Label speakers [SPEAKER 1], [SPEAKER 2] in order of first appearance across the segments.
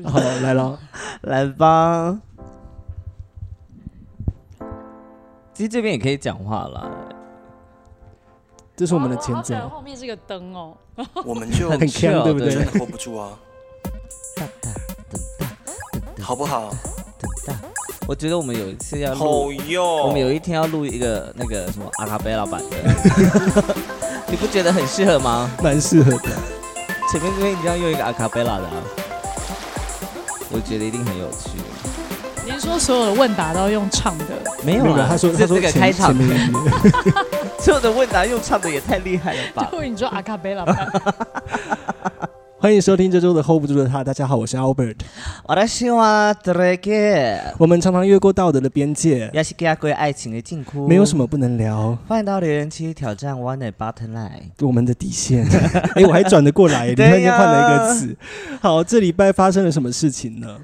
[SPEAKER 1] 好，来了，
[SPEAKER 2] 来吧。其实这边也可以讲话了，
[SPEAKER 1] 这是我们的
[SPEAKER 3] 好
[SPEAKER 1] 前
[SPEAKER 3] 喜欢
[SPEAKER 1] 奏。
[SPEAKER 3] 后面这个灯哦，
[SPEAKER 4] 我们就
[SPEAKER 1] 很
[SPEAKER 4] 真
[SPEAKER 1] can 对不对
[SPEAKER 4] 的 hold 不住啊，好不好？
[SPEAKER 2] 我觉得我们有一次要录
[SPEAKER 4] 好，哦哟，
[SPEAKER 2] 我们有一天要录一个那个什么阿卡贝拉版的， 你不觉得很适合吗？
[SPEAKER 1] 蛮适合的。
[SPEAKER 2] 前面这边一定要用一个阿卡贝拉的、啊，我觉得一定很有趣。
[SPEAKER 3] 您说所有的问答都要用唱的，
[SPEAKER 2] 没有
[SPEAKER 1] 没有，
[SPEAKER 2] 啊，
[SPEAKER 1] 他说
[SPEAKER 2] 这
[SPEAKER 1] 他说
[SPEAKER 2] 这个
[SPEAKER 1] 前
[SPEAKER 2] 开场
[SPEAKER 1] 前，面一 页
[SPEAKER 2] 所有的问答用唱的也太厉害了吧！
[SPEAKER 3] 对，你说阿卡贝拉，
[SPEAKER 1] 欢迎收听这周的 hold 不住的他。大家 好，我是 Albert。
[SPEAKER 2] 我的希望这个
[SPEAKER 1] 我们常常越过道德的边界，
[SPEAKER 2] 也是给他归爱情的禁锢，
[SPEAKER 1] 没有什么不能聊
[SPEAKER 2] 欢迎到留言区挑战 One and Button Line。
[SPEAKER 1] 我们的底线。 哎，我还转得过来，你
[SPEAKER 2] 对呀
[SPEAKER 1] 看又换了一个词。好，这礼拜发生了什么事情呢？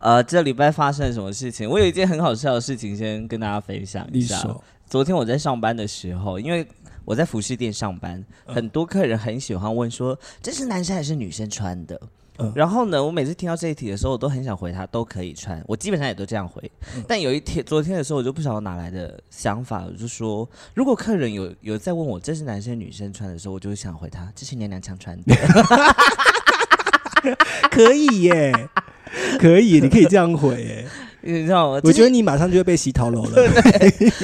[SPEAKER 2] 呃，这礼拜发生了什么事情？我有一件很好笑的事情，先跟大家分享一
[SPEAKER 1] 你
[SPEAKER 2] 下。
[SPEAKER 1] 说，
[SPEAKER 2] 昨天我在上班的时候，因为我在服饰店上班，很多客人很喜欢问说这是男生还是女生穿的。
[SPEAKER 1] 嗯
[SPEAKER 2] 然后呢，我每次听到这一题的时候，我都很想回他都可以穿，我基本上也都这样回。但有一天，昨天的时候，我就不晓得哪来的想法，我就说，如果客人有有在问我这是男生女生穿的时候，我就会想回他这是娘娘腔穿 的。
[SPEAKER 1] 可以耶，可以，你可以这样回 耶。
[SPEAKER 2] 你知道吗？
[SPEAKER 1] 我觉
[SPEAKER 2] 这
[SPEAKER 1] 得你马上就会被洗头楼 了。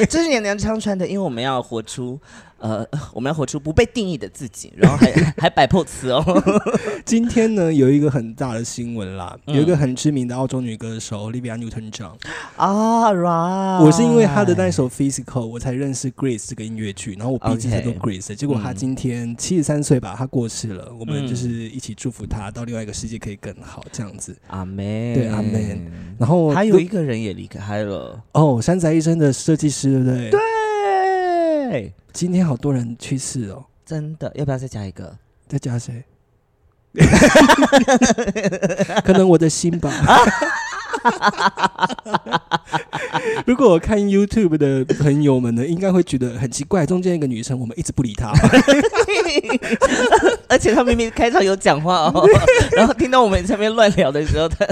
[SPEAKER 2] 这是娘娘腔穿的，因为我们要活出，呃， 我们要活出不被定义的自己，然后还 还摆 pose 哦。
[SPEAKER 1] 今天呢，有一个很大的新闻啦，
[SPEAKER 2] 嗯
[SPEAKER 1] 有一个很知名的澳洲女歌手 Olivia Newton-John，
[SPEAKER 2] 啊，right，
[SPEAKER 1] 我是因为他的那首《Physical》，我才认识 Grace 这个音乐剧，然后我毕竟很多
[SPEAKER 2] 哦 OK
[SPEAKER 1] Grace，的、结果他
[SPEAKER 2] 嗯
[SPEAKER 1] 今天七十三岁吧，他过世了，我们
[SPEAKER 2] 嗯
[SPEAKER 1] 就是一起祝福他到另外一个世界可以更好这样子。
[SPEAKER 2] 阿妹，
[SPEAKER 1] 对阿妹。然后
[SPEAKER 2] 还有一个人也离开了，
[SPEAKER 1] 哦，山宅医生的设计师，对不对？对，
[SPEAKER 2] 对，
[SPEAKER 1] 今天好多人去世哦，
[SPEAKER 2] 真的，要不要再加一个？
[SPEAKER 1] 在加谁？可能我的心 吧。如果我看 YouTube 的朋友们呢，应该会觉得很奇怪，中间一个女生，我们一直不理她。
[SPEAKER 2] 而且他明明开场有讲话哦， 然后听到我们在那边乱聊的时候，他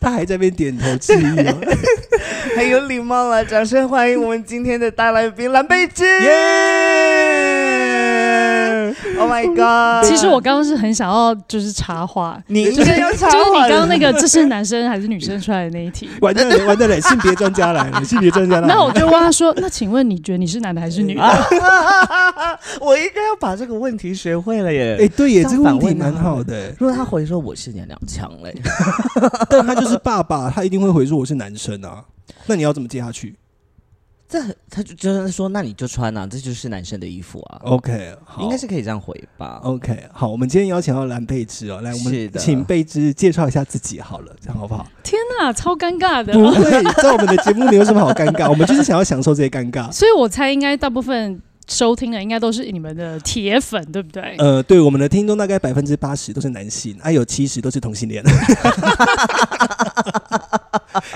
[SPEAKER 1] 他还在那边点头致意哦，
[SPEAKER 2] 很有礼貌了。掌声欢迎我们今天的大来宾蓝贝芝。
[SPEAKER 1] 耶！
[SPEAKER 2] Oh my god！
[SPEAKER 3] 其实我刚刚是很想要就是插话，
[SPEAKER 2] 你
[SPEAKER 3] 就
[SPEAKER 2] 应
[SPEAKER 3] 是就是
[SPEAKER 2] 该要插话
[SPEAKER 3] 你刚 刚那个这是男生还是女生出来的那一题，
[SPEAKER 1] 完蛋了，完蛋了，性别专家来了，性别专家来
[SPEAKER 3] 那我
[SPEAKER 1] 了。
[SPEAKER 3] 就问他说，那请问你觉得你是男的还是女的？
[SPEAKER 2] 啊！ 我应该要把这个问题学会了耶。
[SPEAKER 1] 哎，对耶，
[SPEAKER 2] 这
[SPEAKER 1] 这
[SPEAKER 2] 样
[SPEAKER 1] 个
[SPEAKER 2] 反
[SPEAKER 1] 问题
[SPEAKER 2] 问啊
[SPEAKER 1] 蛮好的，
[SPEAKER 2] 如果他回说我是娘娘腔嘞，
[SPEAKER 1] 但他就是爸爸，他一定会回说我是男生啊。那你要怎么接下去
[SPEAKER 2] 这他就真的说，那你就穿啊，这就是男生的衣服啊，
[SPEAKER 1] ？OK，好，
[SPEAKER 2] 应该是可以这样回吧。
[SPEAKER 1] OK。好，我们今天邀请到蓝贝芝哦，来，我
[SPEAKER 2] 是
[SPEAKER 1] 们
[SPEAKER 2] 的
[SPEAKER 1] 请贝芝介绍一下自己好了，这样好不好？
[SPEAKER 3] 天哪，超尴尬的。
[SPEAKER 1] 不会，在我们的节目里有什么好尴尬？我们就是想要享受这些尴尬。
[SPEAKER 3] 所以我猜应该大部分收听的应该都是你们的铁粉，对不对？
[SPEAKER 1] 呃，对，我们的听众大概百分之八十都是男性，还、有七十都是同性恋，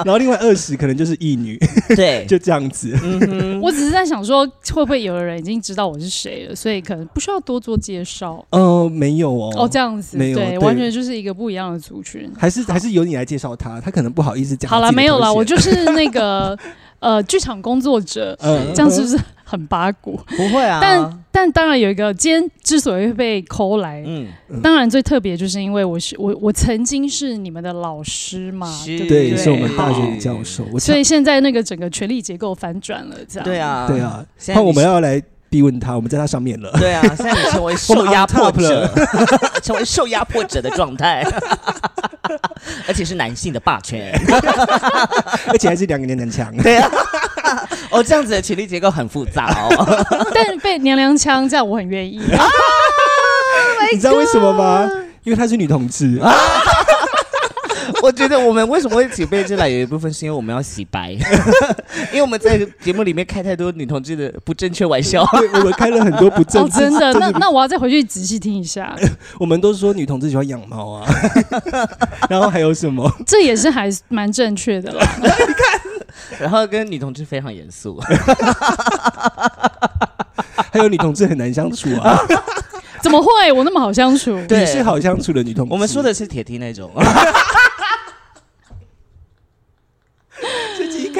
[SPEAKER 1] 然后另外二十可能就是异女，
[SPEAKER 2] 对，
[SPEAKER 1] 就这样子。
[SPEAKER 2] 嗯哼，
[SPEAKER 3] 我只是在想说，会不会有的人已经知道我是谁了，所以可能不需要多做介绍。
[SPEAKER 1] 呃，没有哦，
[SPEAKER 3] 哦，这样子，
[SPEAKER 1] 没有对
[SPEAKER 3] 对，完全就是一个不一样的族群。
[SPEAKER 1] 还是还是由你来介绍他，他可能不好意思讲
[SPEAKER 3] 好
[SPEAKER 1] 他自己的头
[SPEAKER 3] 了，
[SPEAKER 1] 衔。
[SPEAKER 3] 没有了，我就是 那个呃，剧场工作者，
[SPEAKER 1] 呃
[SPEAKER 3] 这样是不是很八股？
[SPEAKER 2] 不会啊，
[SPEAKER 3] 但但当然有一个，今天之所以会被抠来，
[SPEAKER 2] 嗯，
[SPEAKER 3] 当然最特别就是因为我是我我曾经是你们的老师嘛，
[SPEAKER 2] 是
[SPEAKER 3] 对不
[SPEAKER 1] 对，
[SPEAKER 3] 对哦
[SPEAKER 1] 是我们大学的教授。我
[SPEAKER 3] 所以现在那个整个权力结构反转了，这样
[SPEAKER 2] 对，啊，
[SPEAKER 1] 对，啊，
[SPEAKER 2] 现在
[SPEAKER 1] 那
[SPEAKER 2] 你
[SPEAKER 1] 我们要来逼问他，我们在他上面 了。
[SPEAKER 2] 对啊，现在你成为受压迫者，成为受压迫者的状态，而且是男性的霸权。
[SPEAKER 1] 而且还是两个年男 强。
[SPEAKER 2] 对啊，哦，这样子的权力结构很复杂哦。
[SPEAKER 3] 但被娘娘腔这样我很 愿意。哦 Oh
[SPEAKER 1] 你知道为什么吗？因为她是女同 志，
[SPEAKER 3] 哦
[SPEAKER 2] 我觉得我们为什么会请贝芝来，有一部分是因为我们要洗白， 因为我们在节目里面开太多女同志的不正确玩笑。
[SPEAKER 1] 对我们开了很多不正
[SPEAKER 3] 哦，
[SPEAKER 1] 治
[SPEAKER 3] 真的，
[SPEAKER 1] 政治
[SPEAKER 3] 那那我要再回去仔细听一下。
[SPEAKER 1] 我们都说女同志喜欢养猫啊， 然后还有什么？
[SPEAKER 3] 这也是还蛮正确的啦。
[SPEAKER 2] 然后跟女同志非常严 肃，
[SPEAKER 1] 还有女同志很难相处啊，
[SPEAKER 3] 怎么会？我那么好相处？
[SPEAKER 2] 对
[SPEAKER 1] 你是好相处的女同志。
[SPEAKER 2] 我们说的是铁梯那种，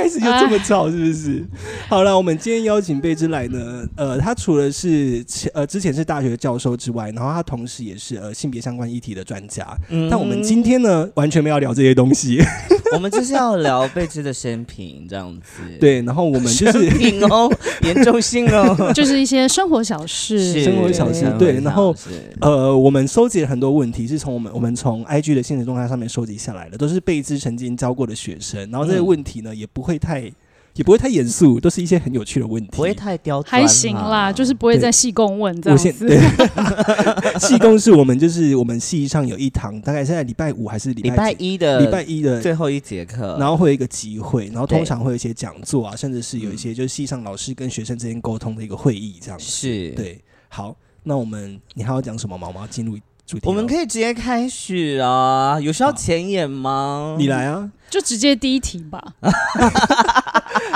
[SPEAKER 1] 又这
[SPEAKER 2] 哎
[SPEAKER 1] 么吵，是不是？好了，我们今天邀请贝之来呢，呃，他除了是前呃之前是大学教授之外，然后他同时也是呃性别相关议题的专家。
[SPEAKER 2] 嗯
[SPEAKER 1] 但我们今天呢，完全没有聊这些东西。
[SPEAKER 2] 我们就是要聊贝兹的生平这样子，，
[SPEAKER 1] 对，然后我们就是
[SPEAKER 2] 生平 哦，严重性哦，
[SPEAKER 3] 就是一些生活小事，
[SPEAKER 2] 是
[SPEAKER 1] 生活小事
[SPEAKER 2] 生活
[SPEAKER 1] 对然后
[SPEAKER 2] 小事
[SPEAKER 1] 呃，我们收集了很多问题，是从我们我们从 IG 的现实动态上面收集下来的，都是贝兹曾经教过的学生。然后这些
[SPEAKER 2] 嗯
[SPEAKER 1] 问题呢，也不会太也不会太严肃，都是一些很有趣的问题。
[SPEAKER 2] 不会太刁钻，
[SPEAKER 3] 还行啦，就是不会
[SPEAKER 1] 啊对
[SPEAKER 3] 再细共问这
[SPEAKER 1] 我
[SPEAKER 3] 样
[SPEAKER 1] 现
[SPEAKER 3] 子。
[SPEAKER 1] 系工是我们就是我们系上有一堂，大概现在礼拜五还是礼
[SPEAKER 2] 礼拜
[SPEAKER 1] 几
[SPEAKER 2] 一的
[SPEAKER 1] 礼拜一的，
[SPEAKER 2] 最后一节课，
[SPEAKER 1] 然后会有一个集会，然后通
[SPEAKER 2] 对
[SPEAKER 1] 常会有一些讲座啊，甚至是有一些就是系上老师跟学生之间沟通的一个会议这样子。
[SPEAKER 2] 是，
[SPEAKER 1] 对，好，那我们你还要讲什么吗？我们要进入主题，哦
[SPEAKER 2] 我们可
[SPEAKER 1] 以。
[SPEAKER 2] 以直接开始啊，有需要前演吗？
[SPEAKER 1] 你来啊！
[SPEAKER 3] 就直接第一题吧。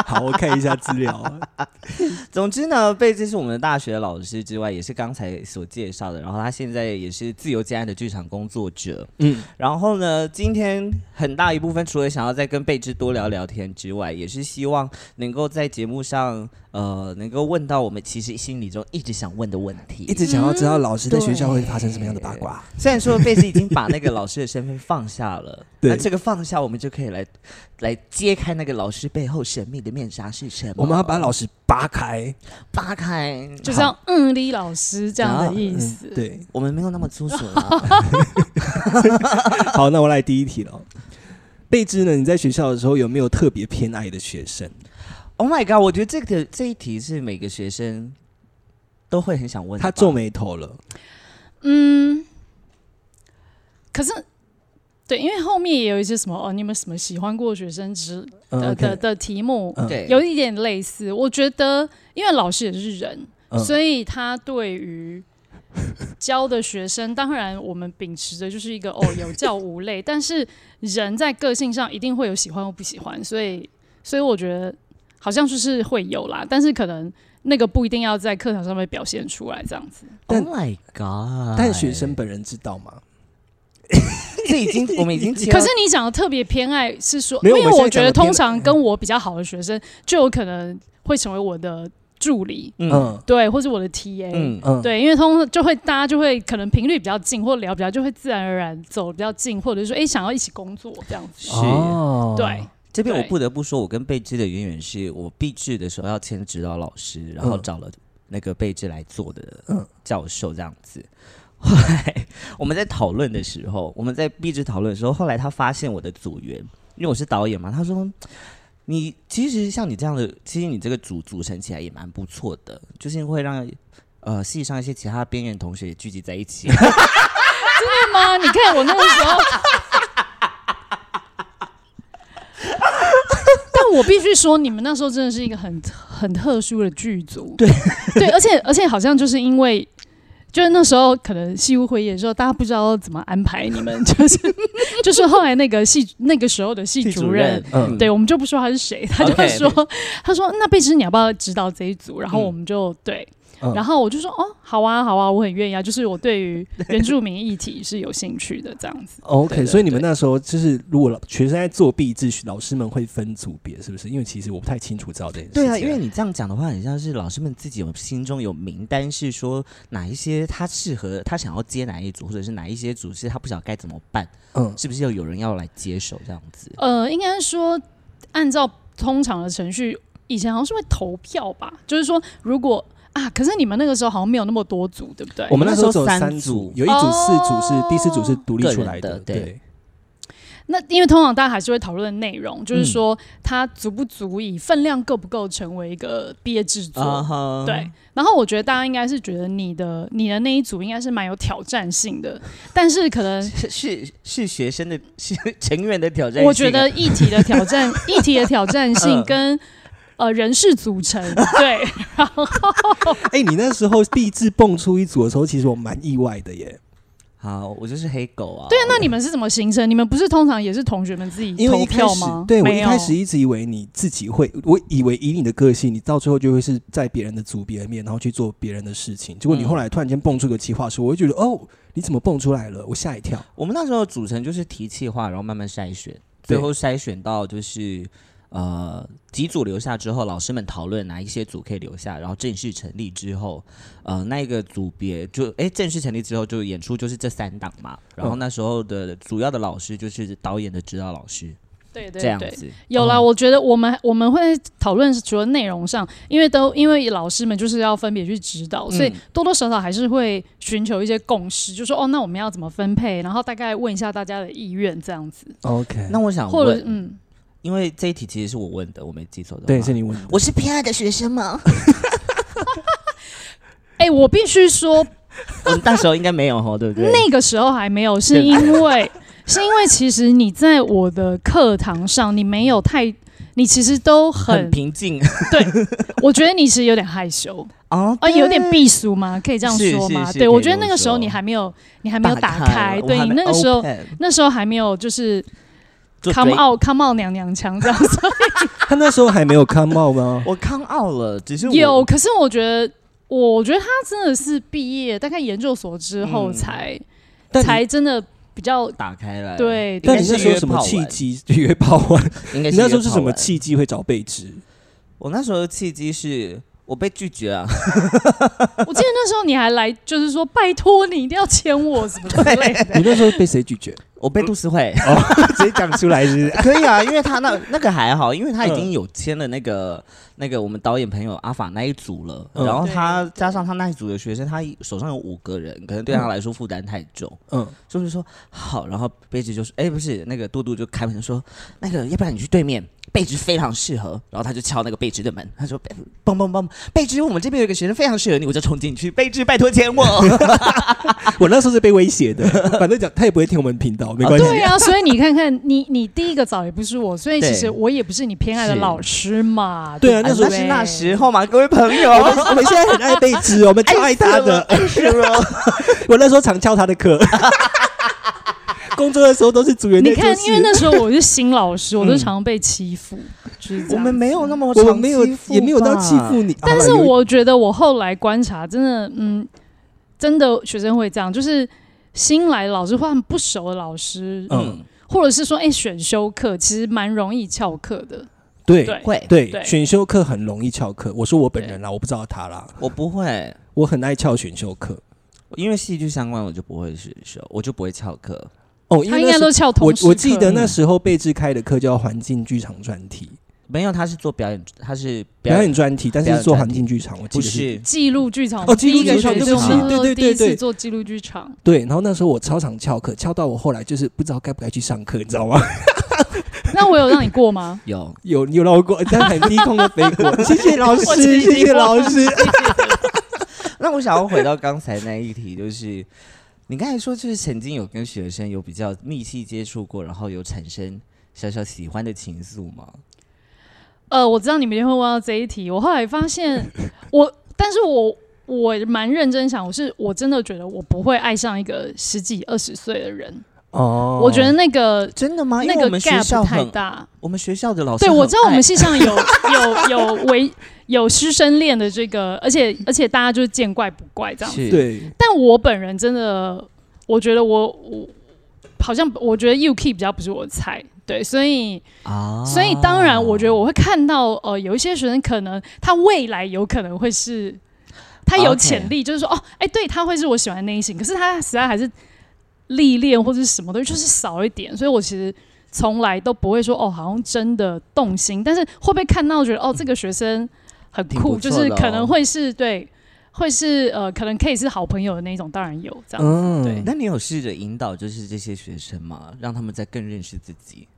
[SPEAKER 1] 好，我看一下资料啊。
[SPEAKER 2] 总之呢，贝兹是我们的大学老师之外，也是刚才所介绍的。然后他现在也是自由接案的剧场工作者。
[SPEAKER 1] 嗯，
[SPEAKER 2] 然后呢，今天很大一部分除了想要再跟贝兹多聊聊天之外，也是希望能够在节目上，呃，能够问到我们其实心里中一直想问的问题。
[SPEAKER 1] 一直想要知道老师在学校会发生什么样的八卦。
[SPEAKER 2] 虽然说贝斯已经把那个老师的身份放下 了，
[SPEAKER 1] 对
[SPEAKER 2] 那这个放下，我们就可以来来揭开那个老师背后神秘的面纱是什么。
[SPEAKER 1] 我们要把老师扒开，
[SPEAKER 2] 扒开，
[SPEAKER 3] 就这样，嗯，李老师这样的意
[SPEAKER 1] 嗯
[SPEAKER 3] 思。，
[SPEAKER 1] 对。
[SPEAKER 2] 我们没有那么粗俗了。
[SPEAKER 1] 好，那我来第一题了。贝芝呢？你在学校的时候有没有特别偏爱的学生？
[SPEAKER 2] oh my god！我觉得这个这一题是每个学生都会很想问的
[SPEAKER 1] 他
[SPEAKER 2] 吧。
[SPEAKER 1] 皱眉头了。
[SPEAKER 3] 嗯，可是对，因为后面也有一些什么哦，你们什么喜欢过学生之
[SPEAKER 1] 嗯
[SPEAKER 3] 的
[SPEAKER 1] OK
[SPEAKER 3] 的的题目，
[SPEAKER 1] 嗯
[SPEAKER 2] 对，
[SPEAKER 3] 有一点类似。我觉得，因为老师也是人，
[SPEAKER 1] 嗯
[SPEAKER 3] 所以他对于教的学生，当然我们秉持的就是一个哦有教无类，但是人在个性上一定会有喜欢或不喜欢，所以所以我觉得好像就是会有啦，但是可能那个不一定要在课堂上面表现出来这样子。
[SPEAKER 2] Oh
[SPEAKER 1] 但
[SPEAKER 2] my god！
[SPEAKER 1] 但学生本人知道吗？
[SPEAKER 2] 这已经我们已 经切
[SPEAKER 3] 可
[SPEAKER 2] 到
[SPEAKER 3] 是你讲的特别偏爱是说，
[SPEAKER 1] 啊没有
[SPEAKER 3] 因为
[SPEAKER 1] 我现在
[SPEAKER 3] 我觉
[SPEAKER 1] 讲的
[SPEAKER 3] 得
[SPEAKER 1] 偏
[SPEAKER 3] 通常跟我比较好的学生，就有可能会成为我的助理，
[SPEAKER 2] 嗯
[SPEAKER 1] 嗯
[SPEAKER 3] 对，或是我的 TA，、
[SPEAKER 2] 嗯
[SPEAKER 1] 嗯，
[SPEAKER 3] 对，因为通常就会大家就会可能频率比较近，或聊比较就会自然而然走得比较近，或者是说哎、诶想要一起工作这样子。
[SPEAKER 2] 是。
[SPEAKER 1] 哦
[SPEAKER 3] 对，
[SPEAKER 2] 这边我
[SPEAKER 3] 对
[SPEAKER 2] 不得不说，我跟贝芝的渊源是我毕制的时候要签指导老师，然后
[SPEAKER 1] 嗯
[SPEAKER 2] 找了那个贝芝来做的
[SPEAKER 1] 嗯
[SPEAKER 2] 教授这样子。后来我们在讨论的时候，我们在毕制讨论的时候，后来他发现我的组员，因为我是导演嘛，他说。你其实像你这样的，其实你这个组组成起来也蛮不错的，就是会让呃系上一些其他边缘同学也聚集在一 起。
[SPEAKER 3] 对吗？你看我那个时候，但我必须说，你们那时候真的是一个很很特殊的剧组。对 对，而且而且好像就是因为。就是那时候可能戏务会议的时候，大家不知道怎么安排你们， 就是就是后来那个戏那个时候的系主任，
[SPEAKER 1] 嗯
[SPEAKER 3] 对，我们就不说他是谁， 他就
[SPEAKER 2] OK，
[SPEAKER 3] 说他说那贝芝你要不要指导这一组？然后我们就、对，
[SPEAKER 1] 嗯
[SPEAKER 3] 然后我就说哦，好啊，好啊，我很愿意啊，就是我 对于原住民议题是有兴趣的这样子。
[SPEAKER 1] 哦 OK，
[SPEAKER 2] 对
[SPEAKER 1] 所以你们那时候就是，如果老学生在作弊秩序，老师们会分组别，是不是？因为其实我不太清楚知道这件事情。
[SPEAKER 2] 对啊，因为你这样讲的话，很像是老师们自己有心中有名单，是说哪一些他适合，他想要接哪一组，或者是哪一些组是他不晓得该怎么办，
[SPEAKER 1] 嗯
[SPEAKER 2] 是不是要有人要来接手这样子？
[SPEAKER 3] 呃，应该说按照通常的程序，以前好像是会投票吧，就是说如果啊，可是你们那个时候好像没有那么多组，对不对？
[SPEAKER 1] 我们那时候只有
[SPEAKER 2] 我们那时
[SPEAKER 1] 三
[SPEAKER 2] 候三
[SPEAKER 1] 组
[SPEAKER 2] 组，
[SPEAKER 1] 有一组四组是第四组是独立出来
[SPEAKER 2] 哦个人的对
[SPEAKER 1] 对，
[SPEAKER 3] 那因为通常大家还是会讨论内容，
[SPEAKER 1] 嗯
[SPEAKER 3] 就是说它足不足以分量够不够成为一个毕业制作。
[SPEAKER 1] 啊嗯
[SPEAKER 2] 哈
[SPEAKER 3] 对，，然后我觉得大家应该是觉得你的你的那一组应该是蛮有挑战性的，但是可能
[SPEAKER 2] 是 是是学生的， 是成员的挑战性啊。
[SPEAKER 3] 我觉得议题的 挑战，议题的挑战性
[SPEAKER 2] 嗯
[SPEAKER 3] 跟呃人事 组成，对，
[SPEAKER 1] 哎，你那时候地质蹦出一组的时候，其实我蛮意外的耶，
[SPEAKER 2] 好，我就是黑狗啊。
[SPEAKER 3] 对啊，那你们是怎么形成？你们不是通常也是同学们自己
[SPEAKER 1] 因为
[SPEAKER 3] 投
[SPEAKER 1] 一开
[SPEAKER 3] 票
[SPEAKER 1] 始
[SPEAKER 3] 吗？
[SPEAKER 1] 对我
[SPEAKER 3] 没
[SPEAKER 1] 一
[SPEAKER 3] 有
[SPEAKER 1] 开始一直以为你自己会，我以为以你的个性，你到最后就会是在别人的组别面，然后去做别人的事情。结果你
[SPEAKER 2] 嗯
[SPEAKER 1] 后来突然间蹦出个企划书，我就觉得哦，你怎么蹦出来了？我吓一跳。
[SPEAKER 2] 我们那时候组成就是提气化，然后慢慢筛选，
[SPEAKER 1] 对
[SPEAKER 2] 最后筛选到就是呃几组留下之后，老师们讨论哪一些组可以留下，然后正式成立之后，呃那一个组别就哎正式成立之后就演出就是这三档嘛，然后那时候的主要的老师就是导演的指导老师
[SPEAKER 3] 对对
[SPEAKER 2] 这样
[SPEAKER 3] 对，
[SPEAKER 1] 嗯
[SPEAKER 2] 子，
[SPEAKER 3] 有啦，我觉得我们我们会讨论除了内容上，因为都因为老师们就是要分别去指
[SPEAKER 1] 嗯
[SPEAKER 3] 导，所以多多少少还是会寻求一些共识，就说哦，那我们要怎么分配，然后大概问一下大家的意愿这样子，
[SPEAKER 1] OK，
[SPEAKER 2] 那我想
[SPEAKER 3] 或者
[SPEAKER 2] 问，
[SPEAKER 3] 嗯，
[SPEAKER 2] 因为这一题其实是我问的，我没记错的话，
[SPEAKER 1] 对，是你问的。
[SPEAKER 2] 我是 PR 的学生吗？
[SPEAKER 3] 哎、我必须说
[SPEAKER 2] 我们那时候应该没有哈，对 不对？
[SPEAKER 3] 那个时候还没有，是因为是因为其实你在我的课堂上，你没有太，你其实都
[SPEAKER 2] 很
[SPEAKER 3] 很，
[SPEAKER 2] 平 静
[SPEAKER 3] 我觉得你其实有点害羞，
[SPEAKER 2] 哦
[SPEAKER 3] 啊，有点
[SPEAKER 2] 对
[SPEAKER 3] 避俗吗？可以这样
[SPEAKER 2] 是
[SPEAKER 3] 说
[SPEAKER 2] 是
[SPEAKER 3] 吗？
[SPEAKER 2] 是
[SPEAKER 3] 对，
[SPEAKER 2] 可
[SPEAKER 3] 我
[SPEAKER 2] 以
[SPEAKER 3] 觉得
[SPEAKER 2] 这
[SPEAKER 3] 那
[SPEAKER 2] 么
[SPEAKER 3] 个时候
[SPEAKER 2] 说
[SPEAKER 3] 你还没有，你还没有打
[SPEAKER 2] 开，我
[SPEAKER 3] 对
[SPEAKER 2] 还
[SPEAKER 3] 你
[SPEAKER 2] 没
[SPEAKER 3] 那个时候
[SPEAKER 2] open
[SPEAKER 3] 那时候还没有就是
[SPEAKER 2] 就
[SPEAKER 3] come
[SPEAKER 2] 嘴
[SPEAKER 3] out come out 娘娘腔这 样子，
[SPEAKER 1] 他那时候还没有 come out 吗？
[SPEAKER 2] 我康傲了，只是我
[SPEAKER 3] 有，可是我觉得。我觉得他真的是毕业大概研究所之后
[SPEAKER 2] 嗯
[SPEAKER 3] 才、
[SPEAKER 1] 但你
[SPEAKER 3] 才真的比较
[SPEAKER 2] 打开来，，
[SPEAKER 3] 对，
[SPEAKER 1] 但你
[SPEAKER 2] 应该
[SPEAKER 1] 那
[SPEAKER 2] 是
[SPEAKER 1] 时候什么契机约炮啊？
[SPEAKER 2] 应该
[SPEAKER 1] 你
[SPEAKER 2] 是
[SPEAKER 1] 那时候
[SPEAKER 2] 约
[SPEAKER 1] 是
[SPEAKER 2] 炮
[SPEAKER 1] 什么
[SPEAKER 2] 完？
[SPEAKER 1] 契机会找贝芝？
[SPEAKER 2] 我那时候的契机是我被拒绝啊，
[SPEAKER 3] 我记得那时候你还来，就是说拜托你一定要签我什么之类的。
[SPEAKER 1] 你那时候被谁拒 绝？
[SPEAKER 2] 我被杜思慧，
[SPEAKER 1] 哦 直接讲出来是不是？
[SPEAKER 2] 可以啊，因为他 那那个还好，因为他已经有签了那个那个我们导演朋友阿法那一组了，
[SPEAKER 1] 嗯
[SPEAKER 2] 然后他加上他那一组的学生，他手上有五个人，可能对他来说负担太重，
[SPEAKER 1] 嗯，
[SPEAKER 2] 就是说好，然后贝芝就说，哎，不是那个杜杜就开门说，那个要不然你去对面。贝芝非常适合，然后他就敲那个贝芝的门，他说：“嘣嘣嘣，贝芝，我们这边有一个学生非常适合你，我就冲进去，贝芝，拜托签我。
[SPEAKER 1] 我那时候是被威胁的，反正讲他也不会听我们频道，没关系。
[SPEAKER 3] 对啊，所以你看看，你你第一个找也不是我，所以其实
[SPEAKER 2] 对
[SPEAKER 3] 我也不是你偏爱的
[SPEAKER 2] 是
[SPEAKER 3] 老师嘛。
[SPEAKER 1] 对啊
[SPEAKER 3] 不
[SPEAKER 1] 那时候
[SPEAKER 2] 是那时候嘛，各位朋友，
[SPEAKER 1] 我们我们现在很爱贝芝，我们超爱他的。
[SPEAKER 2] 是吗？
[SPEAKER 1] 我那时候常翘他的课，工作的时候都是组员
[SPEAKER 3] 你
[SPEAKER 1] 内
[SPEAKER 3] 看
[SPEAKER 1] 做，
[SPEAKER 3] 因为
[SPEAKER 1] 事。
[SPEAKER 3] 那时候我是新老师，我都
[SPEAKER 1] 嗯
[SPEAKER 3] 常被欺负，就是这
[SPEAKER 2] 我
[SPEAKER 3] 样
[SPEAKER 2] 们没有那么，
[SPEAKER 1] 我们没有也没有到欺负。你，
[SPEAKER 3] 但是
[SPEAKER 1] 好啦有
[SPEAKER 3] 我觉得我后来观察，真的，嗯，真的学生会这样，就是新来的老师或很不熟的老师，
[SPEAKER 1] 嗯
[SPEAKER 2] 嗯，
[SPEAKER 3] 或者是说，哎、选修课其实蛮容易翘课的。
[SPEAKER 1] 对
[SPEAKER 3] 对，
[SPEAKER 2] 会，
[SPEAKER 1] 对
[SPEAKER 3] 对
[SPEAKER 1] 选修课很容易翘课。我说我本人啦，我不知道他啦，
[SPEAKER 2] 我不会，
[SPEAKER 1] 我很爱翘选修课。
[SPEAKER 2] 因为戏剧相关，我就不会是修，我就不会翘课。
[SPEAKER 1] 哦，因
[SPEAKER 3] 他
[SPEAKER 1] 为
[SPEAKER 3] 应
[SPEAKER 1] 那
[SPEAKER 3] 该
[SPEAKER 1] 时候
[SPEAKER 3] 都翘
[SPEAKER 1] 我
[SPEAKER 3] 同时
[SPEAKER 1] 我记得
[SPEAKER 3] 课嗯
[SPEAKER 1] 那时候贝芝开的课叫环境剧场专题，
[SPEAKER 2] 没有，他是做表演，他是
[SPEAKER 1] 表演专题，但
[SPEAKER 2] 表
[SPEAKER 1] 是
[SPEAKER 2] 演
[SPEAKER 1] 做
[SPEAKER 2] 专
[SPEAKER 1] 环
[SPEAKER 2] 题
[SPEAKER 1] 境剧场，我记
[SPEAKER 2] 不
[SPEAKER 1] 得是。
[SPEAKER 2] 是
[SPEAKER 3] 记录剧场
[SPEAKER 1] 哦记录
[SPEAKER 3] 第一个
[SPEAKER 2] 剧场
[SPEAKER 3] 学
[SPEAKER 2] 对不
[SPEAKER 3] 生
[SPEAKER 2] 起？
[SPEAKER 3] 我们
[SPEAKER 1] 对对
[SPEAKER 3] 第一
[SPEAKER 1] 对对
[SPEAKER 3] 次做记录剧场，
[SPEAKER 1] 对，然后那时候我超常翘课，翘到我后来就是不知道该不该去上课，你知道吗？
[SPEAKER 3] 那我有让你过吗
[SPEAKER 2] 有。
[SPEAKER 1] 有你有绕过，但很低空的飞 过，谢谢老
[SPEAKER 3] 我
[SPEAKER 1] 师，
[SPEAKER 3] 记
[SPEAKER 1] 谢谢
[SPEAKER 3] 过
[SPEAKER 1] 老师。
[SPEAKER 2] 那我想要回到刚才那一题，就是你刚才说，就是曾经有跟学生有比较密切接触过，然后有产生小小喜欢的情愫吗？
[SPEAKER 3] 呃，我知道你明天会问到这一题，我后来发现 我，但是我我蛮认真想，我是我真的觉得我不会爱上一个十几二十岁的人，
[SPEAKER 1] 哦
[SPEAKER 3] 我觉得那个。
[SPEAKER 2] 真的啊吗？因
[SPEAKER 3] 那
[SPEAKER 2] 为我
[SPEAKER 3] 个
[SPEAKER 2] 们学
[SPEAKER 3] gap
[SPEAKER 2] 校
[SPEAKER 3] 太
[SPEAKER 2] 很，
[SPEAKER 3] 大，
[SPEAKER 2] 我们学校的老师
[SPEAKER 3] 对我知道我们
[SPEAKER 2] 很
[SPEAKER 3] 系 上有有有为有师生恋的这个，而且而且大家就是见怪不怪这
[SPEAKER 2] 爱
[SPEAKER 3] 样
[SPEAKER 2] 是
[SPEAKER 1] 对，
[SPEAKER 3] 但我本人真的，我觉得我我好像我觉得 UK 比较不是我的菜，对，所以
[SPEAKER 2] 啊，
[SPEAKER 3] 所以当然，我
[SPEAKER 2] 哦
[SPEAKER 3] 觉得我会看到呃，有一些学生可能他未来有可能会是，他有
[SPEAKER 2] OK
[SPEAKER 3] 潜力，就是说哦，哎，对，他会是我喜欢的类型，可是他实在还是历练或者是什么东西就是少一点，所以我其实。从来都不会说哦，好像真的动心，但是会不会看到觉得哦，这个学生很
[SPEAKER 2] 挺不
[SPEAKER 3] 酷，
[SPEAKER 2] 错
[SPEAKER 3] 就是
[SPEAKER 2] 的哦
[SPEAKER 3] 可能会是对，会是呃，可能可以是好朋友的那种，当然有这样。
[SPEAKER 1] 嗯，
[SPEAKER 3] 对
[SPEAKER 2] 那你有试着引导就是这些学生吗？让他们再更认识自己？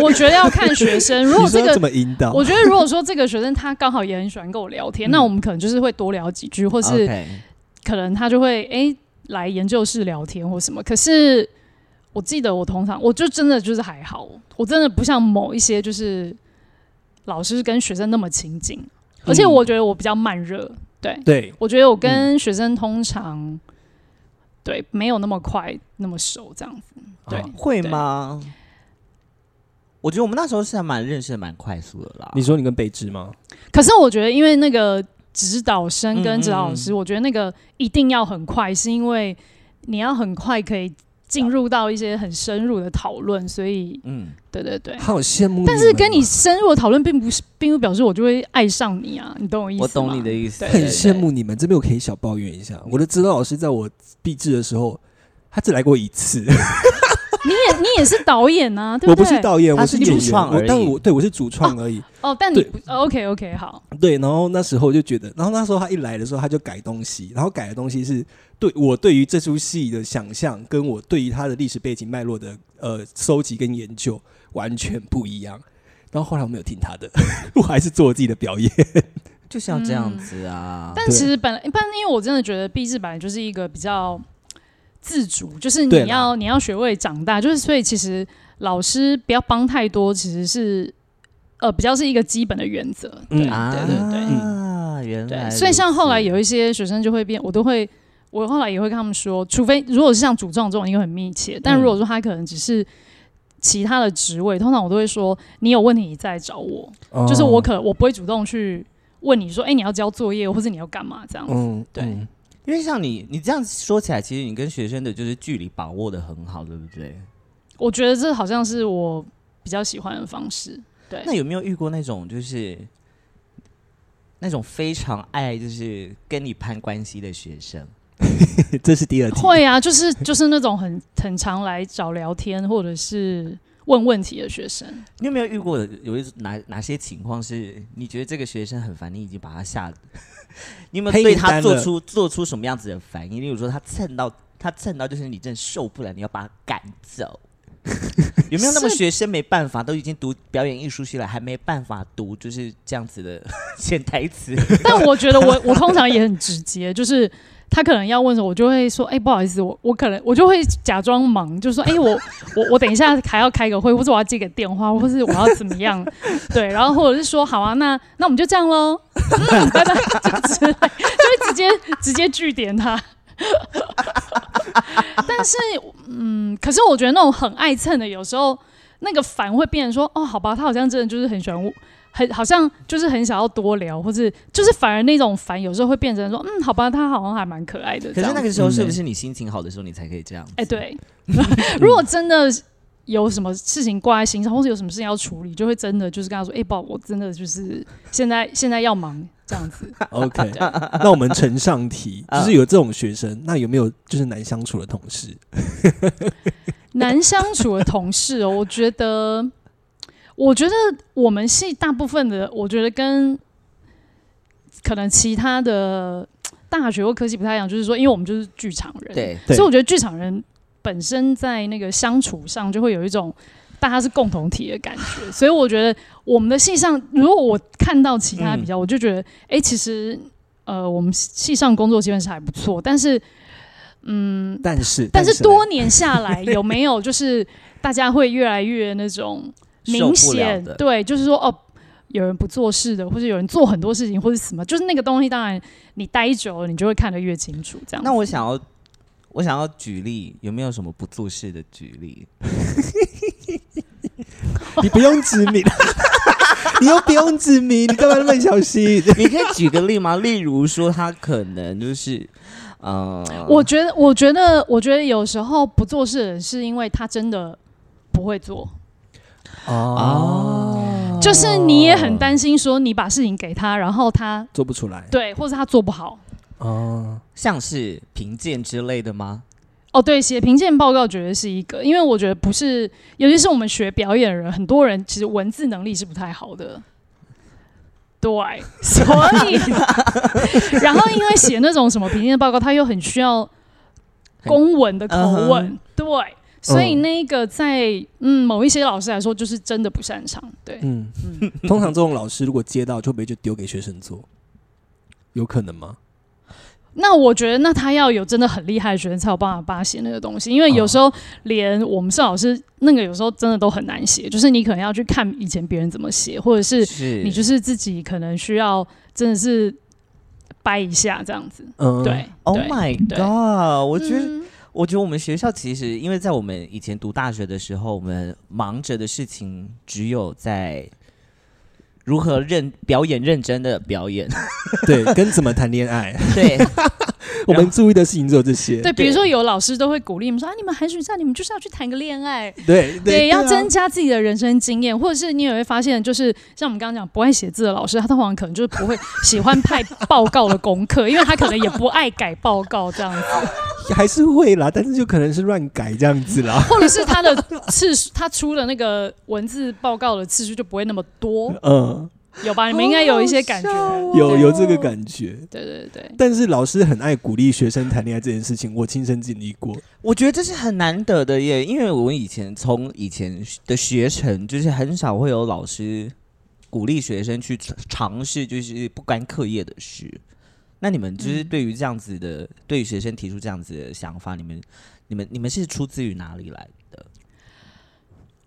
[SPEAKER 3] 我觉得要看学生，如果
[SPEAKER 1] 你说
[SPEAKER 3] 这
[SPEAKER 1] 要
[SPEAKER 3] 个
[SPEAKER 1] 怎么引导？
[SPEAKER 3] 我觉得，如果说这个学生他刚好也很喜欢跟我聊天，
[SPEAKER 1] 哦嗯
[SPEAKER 3] 那我们可能就是会多聊几句，或
[SPEAKER 2] 不
[SPEAKER 3] 是可能他就会诶来研究室聊天或什么。可是我记得我通常我就真的就是还好，我真的不像某一些就是老师跟学生那么亲近，而且我觉得我比较慢热，对
[SPEAKER 1] 对，
[SPEAKER 3] 我觉得我跟学生通常、对没有那么快那么熟这样子，对。
[SPEAKER 1] 哦
[SPEAKER 2] 会
[SPEAKER 3] 对
[SPEAKER 2] 吗？我觉得我们那时候是还蛮认识的蛮快速的啦。
[SPEAKER 1] 你说你跟贝芝吗？
[SPEAKER 3] 可是我觉得，因为那个指导生跟指导老师，
[SPEAKER 2] 嗯
[SPEAKER 3] 我觉得那个一定要很快，是因为你要很快可以进入到一些很深入的讨论，所以
[SPEAKER 2] 嗯，
[SPEAKER 3] 对对对。
[SPEAKER 1] 好羡慕们哦。
[SPEAKER 3] 但是跟你深入的讨论，并不是，并不表示我就会爱上你啊，你懂我意思
[SPEAKER 2] 我
[SPEAKER 3] 吗？
[SPEAKER 2] 懂你的意思，
[SPEAKER 3] 对
[SPEAKER 1] 很
[SPEAKER 2] 对
[SPEAKER 1] 羡。慕你们，这边我可以小抱怨一下，我的指导老师在我毕制的时候，他只来过一次。
[SPEAKER 3] 你也你也是导演啊，对
[SPEAKER 1] 我
[SPEAKER 3] 对？
[SPEAKER 1] 不是导演，
[SPEAKER 2] 他
[SPEAKER 1] 我
[SPEAKER 2] 是
[SPEAKER 1] 演
[SPEAKER 2] 主
[SPEAKER 1] 员，
[SPEAKER 2] 创
[SPEAKER 1] 我
[SPEAKER 2] 而
[SPEAKER 1] 但
[SPEAKER 2] 已
[SPEAKER 1] 我对我是主创而已。
[SPEAKER 3] 哦，但你
[SPEAKER 1] 对
[SPEAKER 3] 不 OK OK 好，
[SPEAKER 1] 对，然后那时候就觉得，然后那时候他一来的时候，他就改东西，然后改的东西是对我对于这出戏的想象，跟我对于它的历史背景脉络的呃搜集跟研究完全不一样。然后后来我没有听他的， 我还是做我自己的表演。
[SPEAKER 2] 就是要这样子啊。
[SPEAKER 3] 但
[SPEAKER 1] 对
[SPEAKER 3] 其实本来，但因为我真的觉得毕制本来就是一个比较自主，就是
[SPEAKER 1] 对
[SPEAKER 3] 你
[SPEAKER 1] 啦
[SPEAKER 3] 要你要学会长大，就是所以其实老师不要帮太多，其实是呃比较是一个基本的原则。对、
[SPEAKER 1] 嗯
[SPEAKER 2] 啊，
[SPEAKER 3] 对对对
[SPEAKER 2] 啊，原来
[SPEAKER 3] 对，
[SPEAKER 1] 哎
[SPEAKER 2] 如此。
[SPEAKER 3] 所以像后来有一些学生就会变，我都会。我后来也会跟他们说，除非如果是像主创这种，因为很密切，
[SPEAKER 2] 嗯
[SPEAKER 3] 但如果说他可能只是其他的职位，通常我都会说，你有问题你再找我，
[SPEAKER 1] 哦
[SPEAKER 3] 就是我可我不会主动去问你说，哎、你要交作业或者你要干嘛这样子。
[SPEAKER 1] 嗯
[SPEAKER 3] 对
[SPEAKER 1] 嗯
[SPEAKER 2] 因为像你，你这样说起来，其实你跟学生的就是距离把握的很好，对不对？
[SPEAKER 3] 我觉得这好像是我比较喜欢的方式。对，
[SPEAKER 2] 那有没有遇过那种就是那种非常爱就是跟你攀关系的学生？
[SPEAKER 1] 这是第二题。
[SPEAKER 3] 会啊，就是 就是那种很很常来找聊天或者是问问题的学生。
[SPEAKER 2] 你有没有遇过有一哪哪些情况是你觉得这个学生很烦，你已经把他吓？ 你有没有
[SPEAKER 1] 黑
[SPEAKER 2] 对
[SPEAKER 1] 名
[SPEAKER 2] 他
[SPEAKER 1] 单
[SPEAKER 2] 做
[SPEAKER 1] 了
[SPEAKER 2] 出做出什么样子的反应？例如说他蹭到他蹭到，就是你真的受不了，你要把他赶走。 有没有那么
[SPEAKER 3] 是
[SPEAKER 2] 学生没办法，都已经读表演艺术系了，还没办法读就是这样子的 潜台词？
[SPEAKER 3] 但我觉得我我通常也很直接，就是他可能要问什么，我就会说，哎、不好意思，我我可能我就会假装忙，就说，哎、我我我等一下还要开个会，或者我要接个电话，或是我要怎么样， 对，然后或者是说，好啊，那那我们就这样喽，嗯，拜拜，就之类，就会直接直接据点他。但是，嗯，可是我觉得那种很爱蹭的，有时候那个烦会变成说，哦，好吧，他好像真的就是很喜欢我，很好像就是很想要多聊，或是就是反而那种烦，有时候会变成说，嗯，好吧，他好像还蛮可爱的。
[SPEAKER 2] 可
[SPEAKER 3] 这
[SPEAKER 2] 是
[SPEAKER 3] 样
[SPEAKER 2] 那个时候是
[SPEAKER 1] 嗯
[SPEAKER 2] 不是你心情好的时候，你才可以这样？
[SPEAKER 3] 哎、，对， 如果真的有什么事情挂在心上，或是有什么事情要处理，就会真的就是跟他说：“哎、宝，我真的就是现在现在要忙这样子。
[SPEAKER 1] OK，那我们呈上 题，
[SPEAKER 3] 嗯
[SPEAKER 1] 就是有这种学生，那有没有就是难相处的同事？”
[SPEAKER 3] 难相处的同事哦，我觉得，我觉得我们系大部分的，我觉得跟可能其他的大学或科技不太一样，就是说，因为我们就是剧场人，
[SPEAKER 2] 对，
[SPEAKER 1] 对
[SPEAKER 3] 所以我觉得剧场人本身在那个相处上就会有一种大家是共同体的感觉，所以我觉得我们的戏上，如果我看到其他比较，
[SPEAKER 2] 嗯
[SPEAKER 3] 我就觉得，哎、其实呃，我们戏上工作气氛是还不错，但是嗯，
[SPEAKER 1] 但是
[SPEAKER 3] 但是多年下来，有没有就是大家会越来越那种
[SPEAKER 2] 受
[SPEAKER 3] 明
[SPEAKER 2] 不了
[SPEAKER 3] 显
[SPEAKER 2] 的，
[SPEAKER 3] 对，就是说哦，有人不做事的，或者有人做很多事情，或者什么，就是那个东西，当然你待久了，你就会看得越清楚。这样子，
[SPEAKER 2] 那我想要，我想要举例，有没有什么不做事的举例？
[SPEAKER 1] 你不用指名， 你又不用指名，你干嘛那么小心？
[SPEAKER 2] 你可以举个例吗？例如说，他可能就是，呃，
[SPEAKER 3] 我觉得，我觉得，我觉得有时候不做事的人是因为他真的不会做，
[SPEAKER 1] 啊哦，
[SPEAKER 3] 就是你也很担心说你把事情给他，然后他
[SPEAKER 1] 做不出来
[SPEAKER 3] 对，或者他做不好。
[SPEAKER 1] 哦，
[SPEAKER 2] 像是评鉴之类的吗？
[SPEAKER 3] 哦，对，写评鉴报告绝对是一个，因为我觉得不是，尤其是我们学表演的人，很多人其实文字能力是不太好的。对，所以，然后因为写那种什么评鉴报告，他又很需要公文的口吻，
[SPEAKER 2] 嗯
[SPEAKER 3] 对，所以
[SPEAKER 1] 嗯
[SPEAKER 3] 那个在嗯某一些老师来说，就是真的不擅长。对，
[SPEAKER 1] 嗯，通常这种老师如果接到，就会不会就丢给学生做？有可能吗？
[SPEAKER 3] 那我觉得，那他要有真的很厉害的学生才有办法帮他写那个东西，因为有时候连我们上老师那个有时候真的都很难写，就是你可能要去看以前别人怎么写，或者是
[SPEAKER 2] 是
[SPEAKER 3] 你就是自己可能需要真的是掰一下这样子。
[SPEAKER 1] 嗯，
[SPEAKER 3] 对，
[SPEAKER 2] Oh
[SPEAKER 3] 对
[SPEAKER 2] my
[SPEAKER 3] 对
[SPEAKER 2] god！我觉得，
[SPEAKER 3] 嗯
[SPEAKER 2] 我觉得我们学校其实，因为在我们以前读大学的时候，我们忙着的事情只有在如何认表演，认真的表演。
[SPEAKER 1] 对，跟怎么谈恋爱，
[SPEAKER 2] 对，
[SPEAKER 1] 我们注意的事情只有这些。
[SPEAKER 3] 对，比如说有老师都会鼓励你们说啊，你们寒暑假你们就是要去谈个恋爱，
[SPEAKER 1] 对
[SPEAKER 3] 对，要
[SPEAKER 1] 啊
[SPEAKER 3] 增加自己的人生经验，或者是你也会发现，就是像我们刚刚讲不爱写字的老师，他通常可能就是不会喜欢派报告的功课，因为他可能也不爱改报告这样子，
[SPEAKER 1] 还是会啦，但是就可能是乱改这样子 啦。
[SPEAKER 3] 或者是他的次数，他出的那个文字报告的次数就不会那么多，
[SPEAKER 1] 嗯，
[SPEAKER 3] 有吧？你们应该有一些感觉，
[SPEAKER 1] 有有这个感觉。
[SPEAKER 3] 对对对对，
[SPEAKER 1] 但是老师很爱鼓励学生谈恋爱这件事情，我亲身经历过。
[SPEAKER 2] 我觉得这是很难得的耶，因为我以前从以前的学程，就是很少会有老师鼓励学生去尝尝试就是不干课业的事。那你们就是
[SPEAKER 3] 嗯
[SPEAKER 2] 对于这样子的，对于学生提出这样子的想法，你们、你们、你们是出自于哪里来的？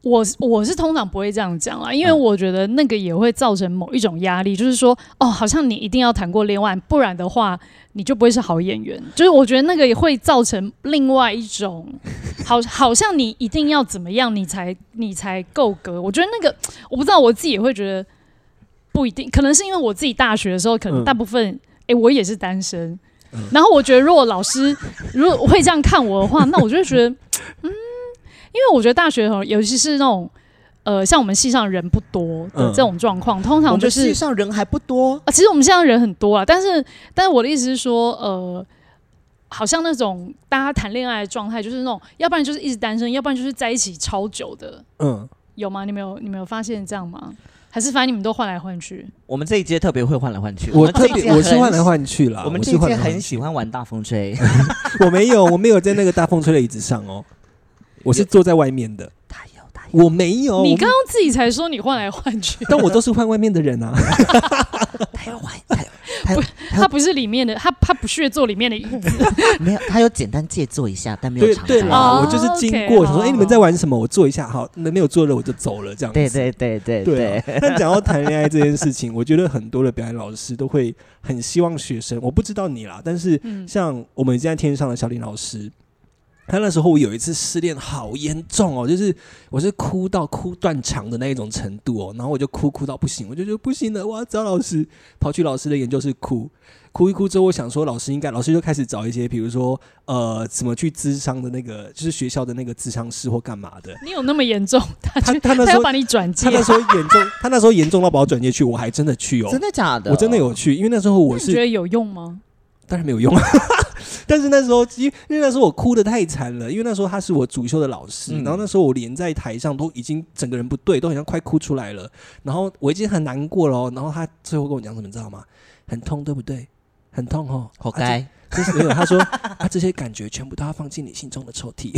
[SPEAKER 3] 我是我是通常不会这样讲啦，因为
[SPEAKER 2] 嗯
[SPEAKER 3] 我觉得那个也会造成某一种压力，就是说，哦，好像你一定要谈过恋爱，不然的话你就不会是好演员。就是我觉得那个也会造成另外一种，好，好像你一定要怎么样，你才你才够格。我觉得那个我不知道，我自己也会觉得不一定，可能是因为我自己大学的时候，可能
[SPEAKER 1] 嗯
[SPEAKER 3] 大部分，哎、我也是单身。然后我觉得，如果老师如果会这样看我的话，那我就会觉得，嗯，因为我觉得大学尤其是那种，呃，像我们系上人不多的
[SPEAKER 1] 嗯
[SPEAKER 3] 这种状况，通常就是
[SPEAKER 2] 上人还不多，
[SPEAKER 3] 啊，其实我们现在人很多啊，但是，但是我的意思是说，呃，好像那种大家谈恋爱的状态，就是那种，要不然就是一直单身，要不然就是在一起超久的，
[SPEAKER 1] 嗯，
[SPEAKER 3] 有吗？你们有你们有发现这样吗？还是反正你们都换来换去？
[SPEAKER 2] 我们这一届特别会换来换去。
[SPEAKER 1] 我
[SPEAKER 2] 们哦这
[SPEAKER 1] 特
[SPEAKER 2] 一届
[SPEAKER 1] 别我是
[SPEAKER 2] 很
[SPEAKER 1] 换来，换去啦，
[SPEAKER 2] 我们这
[SPEAKER 1] 是
[SPEAKER 2] 一
[SPEAKER 1] 换
[SPEAKER 2] 届
[SPEAKER 1] 来换
[SPEAKER 2] 很
[SPEAKER 1] 去
[SPEAKER 2] 喜欢玩大风吹。
[SPEAKER 1] 我没有，我没有在那个大风吹的椅子上 哦，我是坐在外面的。
[SPEAKER 2] 他有他有，
[SPEAKER 1] 我没有，
[SPEAKER 3] 你
[SPEAKER 1] 哦我
[SPEAKER 3] 刚刚自己才说你换来换去
[SPEAKER 1] ，但我都是换外面的人啊。
[SPEAKER 2] 他有玩，他有
[SPEAKER 3] 他不是里面的，他他不屑坐里面的椅子，
[SPEAKER 2] 没有，他有简单借坐一下，但没 有
[SPEAKER 1] 对
[SPEAKER 2] 常
[SPEAKER 1] 对
[SPEAKER 2] 来
[SPEAKER 1] 啦，
[SPEAKER 3] 哦
[SPEAKER 1] 我就是经
[SPEAKER 3] OK，
[SPEAKER 1] 过，想说，
[SPEAKER 3] 好
[SPEAKER 1] 哎，你们在玩什么？我坐一下，好，那没有坐的我就走了，这样子。
[SPEAKER 2] 哦对对对对
[SPEAKER 1] 对啊，但讲到谈恋爱这件事情，我觉得很多的表演老师都会很希望学生，我不知道你啦，但是
[SPEAKER 3] 嗯
[SPEAKER 1] 像我们现在天上的小林老师，他那时候我有一次失恋好严重哦，就是我是哭到哭断肠的那一种程度哦，然后我就哭哭到不行，我就觉得不行了，我要找老师，跑去老师的研究室哭，哭一哭之后，我想说老师应该，老师就开始找一些，比如说呃怎么去咨商的那个，就是学校的那个咨商师或干嘛的，
[SPEAKER 3] 你有那么严重？他
[SPEAKER 1] 他
[SPEAKER 3] 去
[SPEAKER 1] 他那时
[SPEAKER 3] 要
[SPEAKER 1] 候
[SPEAKER 3] 把你啊转
[SPEAKER 1] 他
[SPEAKER 3] 介，
[SPEAKER 1] 那时候严重，他那时候严重到把我转接去，我还真的去哦，
[SPEAKER 2] 真的假的？
[SPEAKER 1] 我真的有去，因为那时候我
[SPEAKER 3] 那你觉
[SPEAKER 1] 是
[SPEAKER 3] 得有用吗？
[SPEAKER 1] 当然没有用， 但是那时候因为因为那时候我哭的太惨了，因为那时候他是我主修的老师，
[SPEAKER 2] 嗯
[SPEAKER 1] 然后那时候我连在台上都已经整个人不对，都好像快哭出来了，然后我已经很难过了哦、然后他最后跟我讲什么，你知道吗？很痛，对不对？很痛 哦，
[SPEAKER 2] 活
[SPEAKER 1] 啊
[SPEAKER 2] 该。
[SPEAKER 1] 这是没有，他说 啊，这些感觉全部都要放进你心中的抽 屉。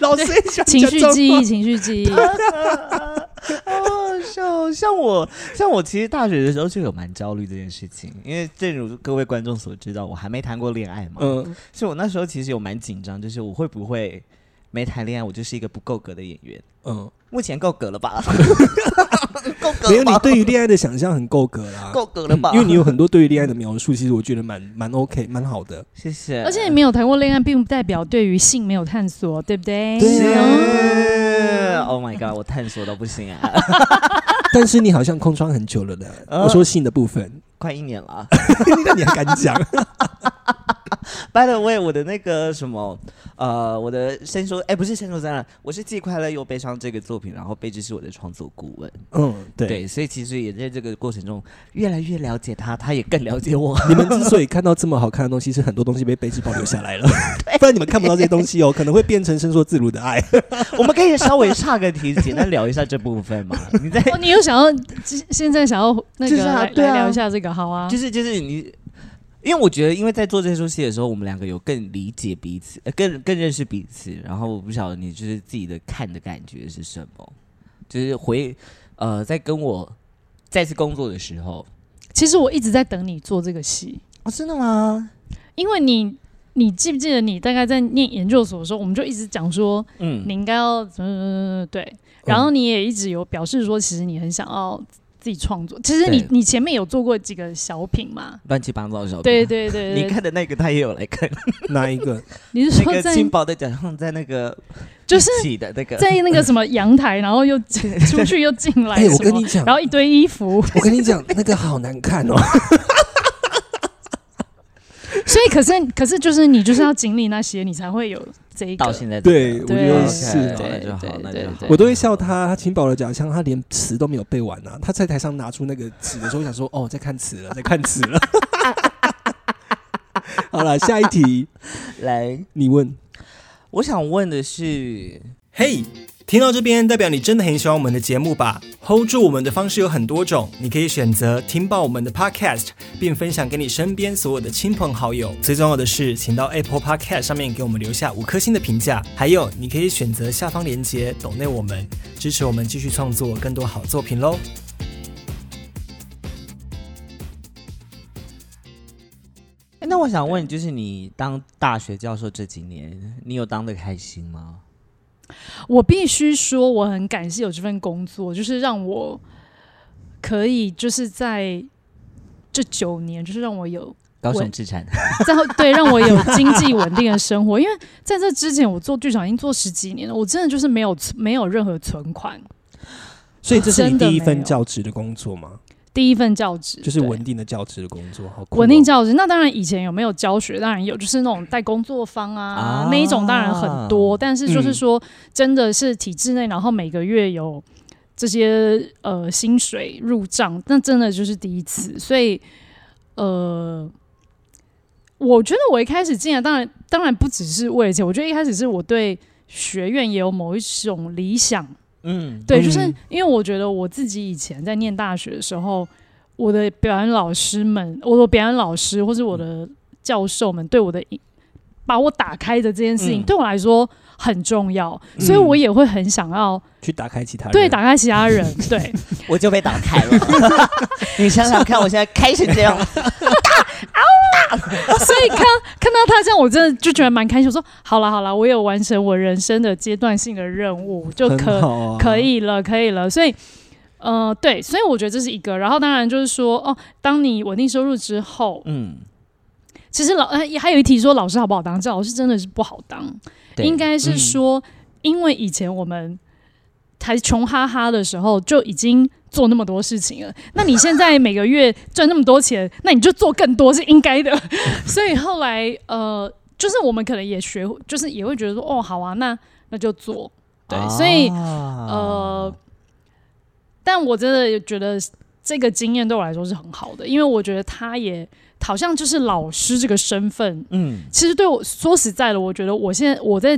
[SPEAKER 1] 老师也喜欢
[SPEAKER 3] 情
[SPEAKER 1] 讲这
[SPEAKER 3] 绪
[SPEAKER 1] 种啊
[SPEAKER 3] 记
[SPEAKER 1] 话
[SPEAKER 3] 忆，情绪记忆，
[SPEAKER 2] 哦，像像我像我其实大学的时候就有蛮焦虑这件事情，因为正如各位观众所知道，我还没谈过恋爱嘛，
[SPEAKER 1] 嗯
[SPEAKER 2] 所以我那时候其实有蛮紧张，就是我会不会没谈恋爱，我就是一个不够格的演员。
[SPEAKER 1] 嗯，
[SPEAKER 2] 目前够格 了吧？够格
[SPEAKER 1] 没有，
[SPEAKER 2] 了吧？
[SPEAKER 1] 你对于恋爱的想象很够格啦，
[SPEAKER 2] 够格了吧？
[SPEAKER 1] 因为你有很多对于恋爱的描述，其实我觉得蛮蛮 OK，蛮好 的。
[SPEAKER 2] 谢谢，
[SPEAKER 3] 而且你没有谈过恋爱，并不代表对于性没有探索，对不对？
[SPEAKER 1] 对啊
[SPEAKER 2] 是 Oh my god，我探索到不行啊，
[SPEAKER 1] 但是你好像空窗很久了呢。
[SPEAKER 2] 呃
[SPEAKER 1] 我说性的部分，
[SPEAKER 2] 快一年了啊。
[SPEAKER 1] 那你还敢讲？
[SPEAKER 2] By the way，我的那个什么，呃，我的先说，哎，不是先说在哪，我是既快乐又悲伤这个作品，然后贝芝是我的创作顾问，
[SPEAKER 1] 嗯，对。
[SPEAKER 2] 所以其实也在这个过程中越来越了解他，他也更了解我。
[SPEAKER 1] 你们之所以看到这么好看的东西，是很多东西被贝芝保留下来 了，不然你们看不到这些东西哦，可能会变成伸缩自如的爱。
[SPEAKER 2] 我们可以稍微岔个题，简单聊一下这部分嘛？你在
[SPEAKER 3] 哦，你有想要现现在想要那
[SPEAKER 2] 就
[SPEAKER 3] 个
[SPEAKER 2] 是啊
[SPEAKER 3] 来
[SPEAKER 2] 对啊
[SPEAKER 3] 来聊一下这个，好啊
[SPEAKER 2] 就。是就是你，因为我觉得，因为在做这出戏的时候，我们两个有更理解彼此，呃、更更认识彼此。然后我不晓得你就是自己的看的感觉是什么，就是回呃，在跟我再次工作的时候，
[SPEAKER 3] 其实我一直在等你做这个戏，
[SPEAKER 2] 哦，真的吗？
[SPEAKER 3] 因为你你记不记得你大概在念研究所的时候，我们就一直讲说
[SPEAKER 2] 嗯
[SPEAKER 3] 你，应该要怎么怎么怎么怎么对，然后你也一直有表示说，其实你很想要自己创作。其实你
[SPEAKER 2] 对
[SPEAKER 3] 你前面有做过几个小品嘛？
[SPEAKER 2] 乱七八糟的时候，
[SPEAKER 3] 对。对 对
[SPEAKER 2] 你
[SPEAKER 3] 对，
[SPEAKER 2] 看的那个，他也有来看。
[SPEAKER 1] 哪一个？
[SPEAKER 3] 你是
[SPEAKER 2] 那
[SPEAKER 3] 说
[SPEAKER 2] 个
[SPEAKER 3] 在
[SPEAKER 2] 金宝的奖项，在那个
[SPEAKER 3] 就是
[SPEAKER 2] 一起的那个，
[SPEAKER 3] 在那个什么阳台，然后又进出去又进来
[SPEAKER 1] 哎
[SPEAKER 3] 什么，
[SPEAKER 1] 我跟你讲
[SPEAKER 3] 然后 一堆衣服，
[SPEAKER 1] 我跟你讲，那个好难看哦。
[SPEAKER 3] 所以可是可是就是你就是要经历那些，你才会有这一个
[SPEAKER 2] 到。现在
[SPEAKER 1] 对，我觉
[SPEAKER 3] 对
[SPEAKER 1] 得
[SPEAKER 2] OK，
[SPEAKER 1] 是。
[SPEAKER 2] 好那就
[SPEAKER 3] 对
[SPEAKER 2] 好，那
[SPEAKER 3] 对
[SPEAKER 2] 就好
[SPEAKER 3] 对。
[SPEAKER 1] 我都会笑他，他请宝的假象，他连词都没有背完呢、他在台上拿出那个词的时候，我想说，哦，在看词了，在看词 了。好了，下一题，
[SPEAKER 2] 来，
[SPEAKER 1] 你问。
[SPEAKER 2] 我想问的是，
[SPEAKER 1] 嘿听到这边，代表你真的很喜欢我们的节目吧？Hold 住我们的方式有很多种，你可以选择听爆我们的 Podcast，并分享给你身边所有的亲朋好友。最重要的是，请到 Apple Podcast 上面给我们留下五颗星的评价。还有，你可以选择下方链接抖内我们，支持我们继续创作更多好作品喽。
[SPEAKER 3] 哎
[SPEAKER 2] 诶那我想问，就是你当大学教授这几年，你有当的开心吗？
[SPEAKER 3] 我必须说，我很感谢有这份工作，就是让我可以就是在这九年，就是让我有
[SPEAKER 2] 高
[SPEAKER 3] 我
[SPEAKER 2] 雄之产，
[SPEAKER 3] 然后对让我有经济稳定的生活，因为在这之前我做剧场已经做十几年了，我真的就是没有存没有任何存款，
[SPEAKER 1] 所以
[SPEAKER 3] 这是你第一份教
[SPEAKER 1] 职的工作
[SPEAKER 3] 啊
[SPEAKER 1] 吗？
[SPEAKER 3] 第一份教职对
[SPEAKER 1] 定的教职的工作，好
[SPEAKER 3] 稳定教职。那当然以前有没有教学，当然有，就是那种带工作坊啊
[SPEAKER 2] 啊
[SPEAKER 3] 那一种当然很多，但是就是说真的是体制内，然后每个月有这些呃薪水入账，那真的就是第一次，所以呃。我觉得我一开始进来，当然当然不只是为了钱，我觉得一开始是我对学院也有某一种理想，
[SPEAKER 2] 嗯，
[SPEAKER 3] 对，就是
[SPEAKER 1] 嗯
[SPEAKER 3] 因为我觉得我自己以前在念大学的时候，我的表演老师们，我的表演老师或是
[SPEAKER 1] 嗯
[SPEAKER 3] 我的教授们对我的影把我打开的这件事
[SPEAKER 2] 嗯
[SPEAKER 3] 情，对我来说很重要，所以我也会很想要
[SPEAKER 1] 去嗯打开其他人
[SPEAKER 3] 对打开其他人， 对，
[SPEAKER 2] 我就被打开了。 你想想看，我现在开成这样，
[SPEAKER 3] 所以看看到他这样，我真的就觉得蛮开心。我说好了好了，我有完成我人生的阶段性的任务，就可
[SPEAKER 1] 啊
[SPEAKER 3] 可，以了，可以了。所以，呃，对，所以我觉得这是一个。然后当然就是说，哦，当你稳定收入之后，
[SPEAKER 2] 嗯，
[SPEAKER 3] 其实老呃也还有一题说老师好不好当，这老师真的是不好当，
[SPEAKER 2] 对
[SPEAKER 3] 应该是
[SPEAKER 1] 嗯
[SPEAKER 3] 说，因为以前我们还穷哈哈的时候就已经做那么多事情了，那你现在每个月赚那么多钱，那你就做更多是应 该的，所以后来呃，就是我们可能也学，就是也会觉得说，哦，好啊，那那就做，哦对，
[SPEAKER 2] 啊
[SPEAKER 3] 所以呃，但我真的觉得这个经验对我来说是很好的，因为我觉得他也好像就是老师这个身份，
[SPEAKER 2] 嗯，
[SPEAKER 3] 其实对我说实在的，我觉得我现在我在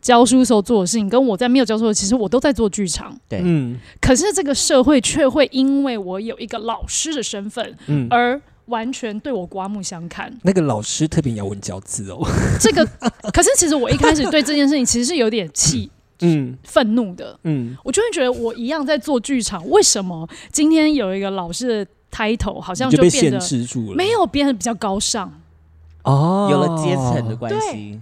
[SPEAKER 3] 教书的时候做的事情，跟我在没有教书的时候，其实我都在做剧场。
[SPEAKER 2] 对，
[SPEAKER 1] 嗯
[SPEAKER 3] 可是这个社会却会因为我有一个老师的身份，
[SPEAKER 1] 嗯
[SPEAKER 3] 而完全对我刮目相看。
[SPEAKER 1] 那个老师特别咬文嚼字哦，
[SPEAKER 3] 这个，可是其实我一开始对这件事情其实是有点气
[SPEAKER 1] 嗯
[SPEAKER 3] 愤怒的，
[SPEAKER 1] 嗯，
[SPEAKER 3] 我就会觉得我一样在做剧场，为什么今天有一个老师的 title 好像
[SPEAKER 1] 你就被
[SPEAKER 3] 变
[SPEAKER 1] 限
[SPEAKER 3] 得
[SPEAKER 1] 制住了，
[SPEAKER 3] 没有变得比较高尚？
[SPEAKER 1] 哦，
[SPEAKER 2] 有了阶层的关系，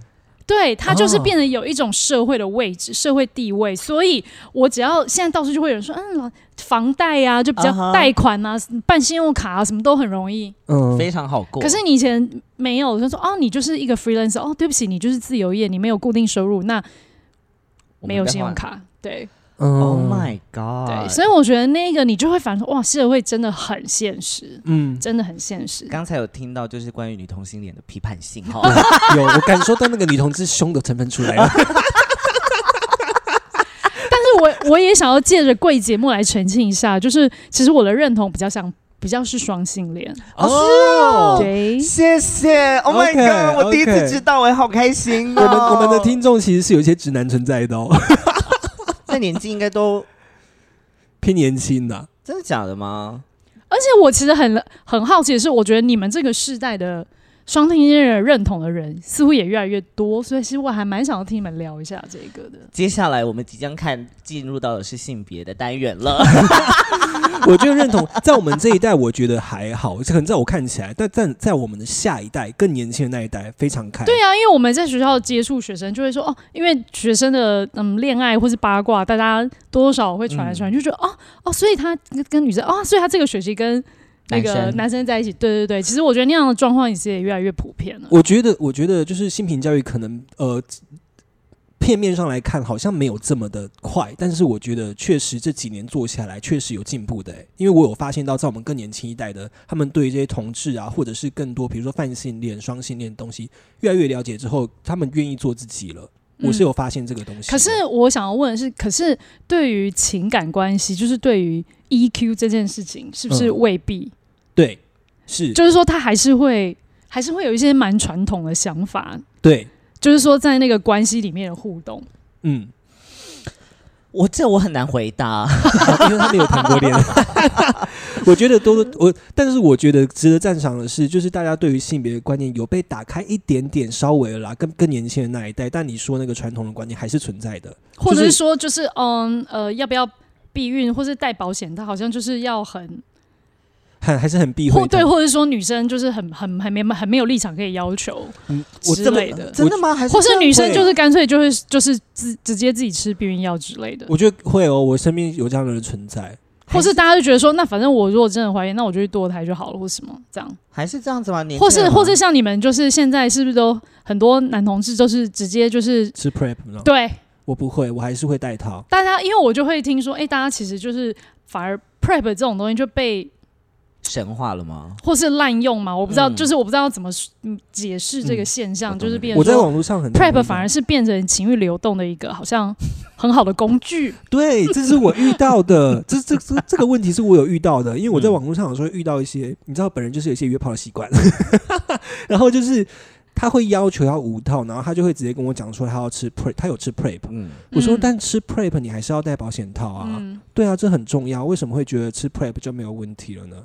[SPEAKER 3] 对他就是
[SPEAKER 1] 哦
[SPEAKER 3] 变得有一种社会的位置、社会地位，所以我只要现在到处就会有人说，嗯，老房贷啊，就比
[SPEAKER 2] 啊哈
[SPEAKER 3] 较贷款啊办信用卡啊，什么都很容易。
[SPEAKER 1] 嗯
[SPEAKER 2] 非常好过。
[SPEAKER 3] 可是你以前没有，他说哦，你就是一个 freelancer，哦，对不起，你就是自由业，你没有固定收入，那
[SPEAKER 2] 我们
[SPEAKER 3] 没有
[SPEAKER 2] 再
[SPEAKER 3] 信用
[SPEAKER 2] 换
[SPEAKER 3] 卡，对
[SPEAKER 1] 嗯
[SPEAKER 2] ，Oh my
[SPEAKER 3] 对，
[SPEAKER 1] 哎
[SPEAKER 2] God！
[SPEAKER 3] 所以我觉得那个你就会反说，哇，社会真的很现实，
[SPEAKER 1] 嗯，
[SPEAKER 3] 真的很现实。
[SPEAKER 2] 刚才有听到就是关于女同性恋的批判性哈，
[SPEAKER 1] 有我感受到那个女同志凶的成分出来 了，
[SPEAKER 3] 但是我我也想要借着贵节目来澄清一下， 就是其实我的认同比较像比较是双性恋，
[SPEAKER 2] 哦
[SPEAKER 3] 对。
[SPEAKER 2] 谢谢，Oh my
[SPEAKER 1] OK，
[SPEAKER 2] god！我第一次
[SPEAKER 1] OK
[SPEAKER 2] 知道，我也好开心哦。
[SPEAKER 1] 我们我们的听众其实是有一些直男存在的哦，
[SPEAKER 2] 那年纪应该都
[SPEAKER 1] 偏年轻的，
[SPEAKER 2] 真的假的吗？
[SPEAKER 3] 而且我其实很很好奇的是，我觉得你们这个世代的双性恋人认同的人似乎也越来越多，所以其实我还蛮想要听你们聊一下这个的。
[SPEAKER 2] 接下来我们即将看进入到的是性别的单元了。
[SPEAKER 1] 我觉得认同 在我们这一代，我觉得还好，可能在我看起来，但但在我们的下一代更年轻的那一代非常开，
[SPEAKER 3] 对啊，因为我们在学校接触学生，就会说哦，因为学生的嗯恋爱或是八卦，大家多多少少会传来
[SPEAKER 1] 嗯
[SPEAKER 3] 传去，就觉得哦哦，所以他跟跟女生哦，所以他这个学期跟那
[SPEAKER 2] 男
[SPEAKER 3] 个
[SPEAKER 2] 生
[SPEAKER 3] 男生在一起。对对对，其实我觉得那样的状况其实也越来越普遍了。
[SPEAKER 1] 我觉得，我觉得就是性平教育可能呃片面上来看好像没有这么的快，但是我觉得确实这几年做下来确实有进步的、欸，因为我有发现到在我们更年轻一代的，他们对于这些同志啊，或者是更多比如说泛性恋、双性恋的东西越来越了解之后，他们愿意做自己了。我是有发现这个东西的、
[SPEAKER 3] 嗯可是我想要问的是，可是对于情感关系，就是对于 EQ 这件事情，是不是
[SPEAKER 1] 嗯
[SPEAKER 3] 未必？
[SPEAKER 1] 对，是
[SPEAKER 3] 就是说，他还是会还是会有一些蛮传统的想法，
[SPEAKER 1] 对，
[SPEAKER 3] 就是说在那个关系里面的互动。
[SPEAKER 1] 嗯，
[SPEAKER 2] 我这我很难回答。
[SPEAKER 1] 因为他没有谈过恋爱。 我觉得都我，但是我觉得值得赞赏的是，就是大家对于性别的观念有被打开一点点，稍微了啦，跟跟年轻人那一代。但你说那个传统的观念还是存在的，
[SPEAKER 3] 或者
[SPEAKER 1] 就是是
[SPEAKER 3] 说，就是嗯呃，要不要避孕，或是带保险，它好像就是要很
[SPEAKER 1] 还还是很避讳
[SPEAKER 3] 或
[SPEAKER 1] 的。
[SPEAKER 3] 对，或者说女生就是很很很没很没有立场可以要求，
[SPEAKER 1] 嗯，我
[SPEAKER 3] 之
[SPEAKER 1] 这么
[SPEAKER 3] 类的
[SPEAKER 2] 真的吗？还是
[SPEAKER 3] 或是女生就是是干脆就是就是直直接自己吃避孕药之类的，
[SPEAKER 1] 我觉得会哦，我身边有这样的人存在。
[SPEAKER 3] 或是大家就觉得说，那反正我如果真的怀孕，那我就去堕胎就好了，或什么这样，
[SPEAKER 2] 还是这样子吗？
[SPEAKER 1] 啊
[SPEAKER 2] 年轻
[SPEAKER 3] 或是
[SPEAKER 2] 人吗
[SPEAKER 3] 或是像你们就是现在是不是都很多男同志都是直接就是
[SPEAKER 1] 吃 prep 呢？
[SPEAKER 3] 对
[SPEAKER 1] 我不会，我还是会带套。
[SPEAKER 3] 大家，因为我就会听说，哎、大家其实就是反而 prep 这种东西就被
[SPEAKER 2] 神话了吗？
[SPEAKER 3] 或是滥用嘛，我不知道，
[SPEAKER 2] 嗯
[SPEAKER 3] 就是我不知道怎么嗯解释这个
[SPEAKER 1] 嗯
[SPEAKER 3] 现
[SPEAKER 2] 我
[SPEAKER 3] 象，
[SPEAKER 2] 懂
[SPEAKER 3] 就是
[SPEAKER 2] 你
[SPEAKER 3] 变
[SPEAKER 1] 我
[SPEAKER 3] 成
[SPEAKER 1] 在
[SPEAKER 3] 说
[SPEAKER 1] 网嗯络上很常遇
[SPEAKER 3] prep
[SPEAKER 1] 到
[SPEAKER 3] 反而是变成情欲流动的一个好像很好的工具。
[SPEAKER 1] 对，这是我遇到的，这这这这个问题是我有遇到的，因为我在
[SPEAKER 2] 嗯
[SPEAKER 1] 网络上有时候遇到一些，你知道，本人就是有一些约炮的习惯， 然后就是他会要求要无套，然后他就会直接跟我讲说他要吃 prep，他有吃 prep，
[SPEAKER 2] 嗯，
[SPEAKER 1] 我说
[SPEAKER 3] 嗯
[SPEAKER 1] 但吃 prep 你还是要戴保险套 啊，
[SPEAKER 3] 嗯，
[SPEAKER 1] 对啊，这很重要，为什么会觉得吃 prep 就没有问题了呢？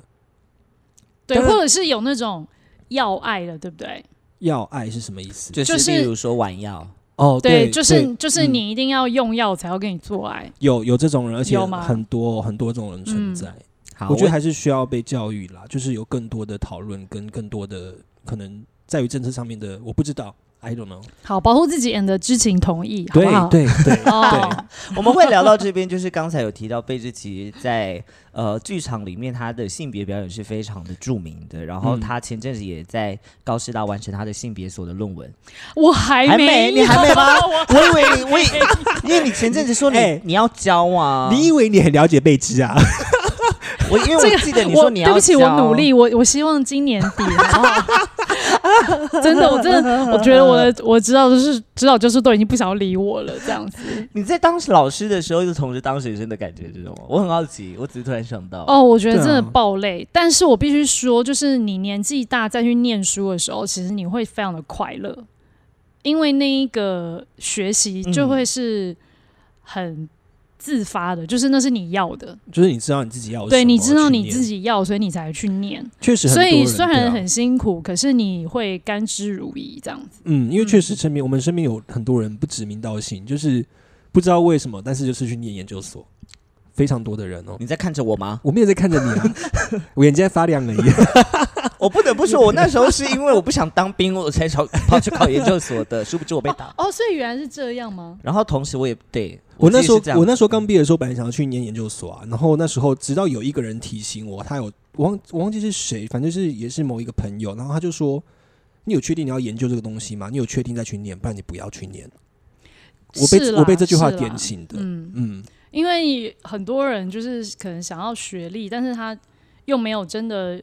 [SPEAKER 3] 对，
[SPEAKER 1] 当
[SPEAKER 3] 或
[SPEAKER 1] 然
[SPEAKER 3] 者是有那种要爱的，对不对？
[SPEAKER 1] 要爱是什么意思？
[SPEAKER 2] 就
[SPEAKER 3] 就是是
[SPEAKER 2] 例如说玩药，
[SPEAKER 1] 哦，对，
[SPEAKER 3] 就是
[SPEAKER 1] 对
[SPEAKER 3] 就是
[SPEAKER 1] 嗯
[SPEAKER 3] 你一定要用药才要跟你做爱。
[SPEAKER 1] 有有这种人，而且
[SPEAKER 3] 有吗
[SPEAKER 1] 很多很多这种人存
[SPEAKER 3] 嗯
[SPEAKER 1] 在。
[SPEAKER 2] 好，
[SPEAKER 1] 我觉得还是需要被教育啦，就是有更多的讨论跟更多的可能在于政策上面的，我不知道，I don't know。
[SPEAKER 3] 好，保护自己 and 知情同意，好不好？
[SPEAKER 1] 对对
[SPEAKER 3] 哦，
[SPEAKER 2] 我们会聊到这边，就是刚才有提到贝志奇在呃剧场里面他的性别表演是非常的著名的，然后
[SPEAKER 1] 嗯
[SPEAKER 2] 他前阵子也在高师大完成他的性别所的论文。
[SPEAKER 3] 我还
[SPEAKER 2] 还
[SPEAKER 3] 没
[SPEAKER 2] 没
[SPEAKER 3] 有，
[SPEAKER 2] 你还没吗
[SPEAKER 3] 我
[SPEAKER 2] 我以为你，我以因为你前阵子说你、
[SPEAKER 1] 哎
[SPEAKER 2] 你要啊教啊，
[SPEAKER 1] 你以为你很了解贝芝啊？
[SPEAKER 2] 我因为
[SPEAKER 3] 这
[SPEAKER 2] 我
[SPEAKER 3] 个
[SPEAKER 2] 记得你
[SPEAKER 3] 我
[SPEAKER 2] 说你要
[SPEAKER 3] 对不起，我
[SPEAKER 2] 教
[SPEAKER 3] 努力，我我希望今年底，好 不好？真的，我真的，我觉得我的我指导就是指导就是都已经不想要理我了，这样子。
[SPEAKER 2] 你在当老师的时候，就同时当学生的感觉是什么？我很好奇，我只是突然想到，
[SPEAKER 3] 哦，我觉得真的
[SPEAKER 1] 对啊
[SPEAKER 3] 爆累，但是我必须说，就是你年纪大再去念书的时候，其实你会非常的快乐，因为那一个学习
[SPEAKER 2] 嗯
[SPEAKER 3] 就会是很自发的，就是那是你要的，
[SPEAKER 1] 就是你知道你自己要什么，
[SPEAKER 3] 对你知道
[SPEAKER 1] 去
[SPEAKER 3] 你
[SPEAKER 1] 念
[SPEAKER 3] 自，己要，所以你才去念。
[SPEAKER 1] 确实很
[SPEAKER 3] 所
[SPEAKER 1] 多人
[SPEAKER 3] 以虽
[SPEAKER 1] 对
[SPEAKER 3] 然
[SPEAKER 1] 啊
[SPEAKER 3] 很辛苦，可是你会甘之如饴这样子。
[SPEAKER 1] 嗯，因为确实身边我们身边有很多人不指名道姓，就是不知道为什么，但是就是去念研究所，非常多的人哦。
[SPEAKER 2] 你在看着我吗？
[SPEAKER 1] 我没有在看着你 啊，我眼睛在发亮而已。
[SPEAKER 2] 我哦不得不说，我那时候是因为我不想当兵，我才跑跑去考研究所的， 殊不知我被打。
[SPEAKER 3] 哦，所以原来是这样吗？
[SPEAKER 2] 然后同时我也对
[SPEAKER 1] 我
[SPEAKER 2] 自
[SPEAKER 1] 那
[SPEAKER 2] 己
[SPEAKER 1] 时候
[SPEAKER 2] 是这样
[SPEAKER 1] 我那时候刚毕业的时候，本来想要去念研究所啊，然后那时候直到有一个人提醒我，他有我忘我忘记是谁，反正就是也是某一个朋友，然后他就说：“你有确定你要研究这个东西吗？你有确定再去念，不然你不要去念。”我
[SPEAKER 3] 是
[SPEAKER 1] 被
[SPEAKER 3] 啦
[SPEAKER 1] 我被这句话
[SPEAKER 3] 是啦
[SPEAKER 1] 点醒的，
[SPEAKER 3] 嗯，
[SPEAKER 1] 嗯，
[SPEAKER 3] 因为很多人就是可能想要学历，但是他又没有真的，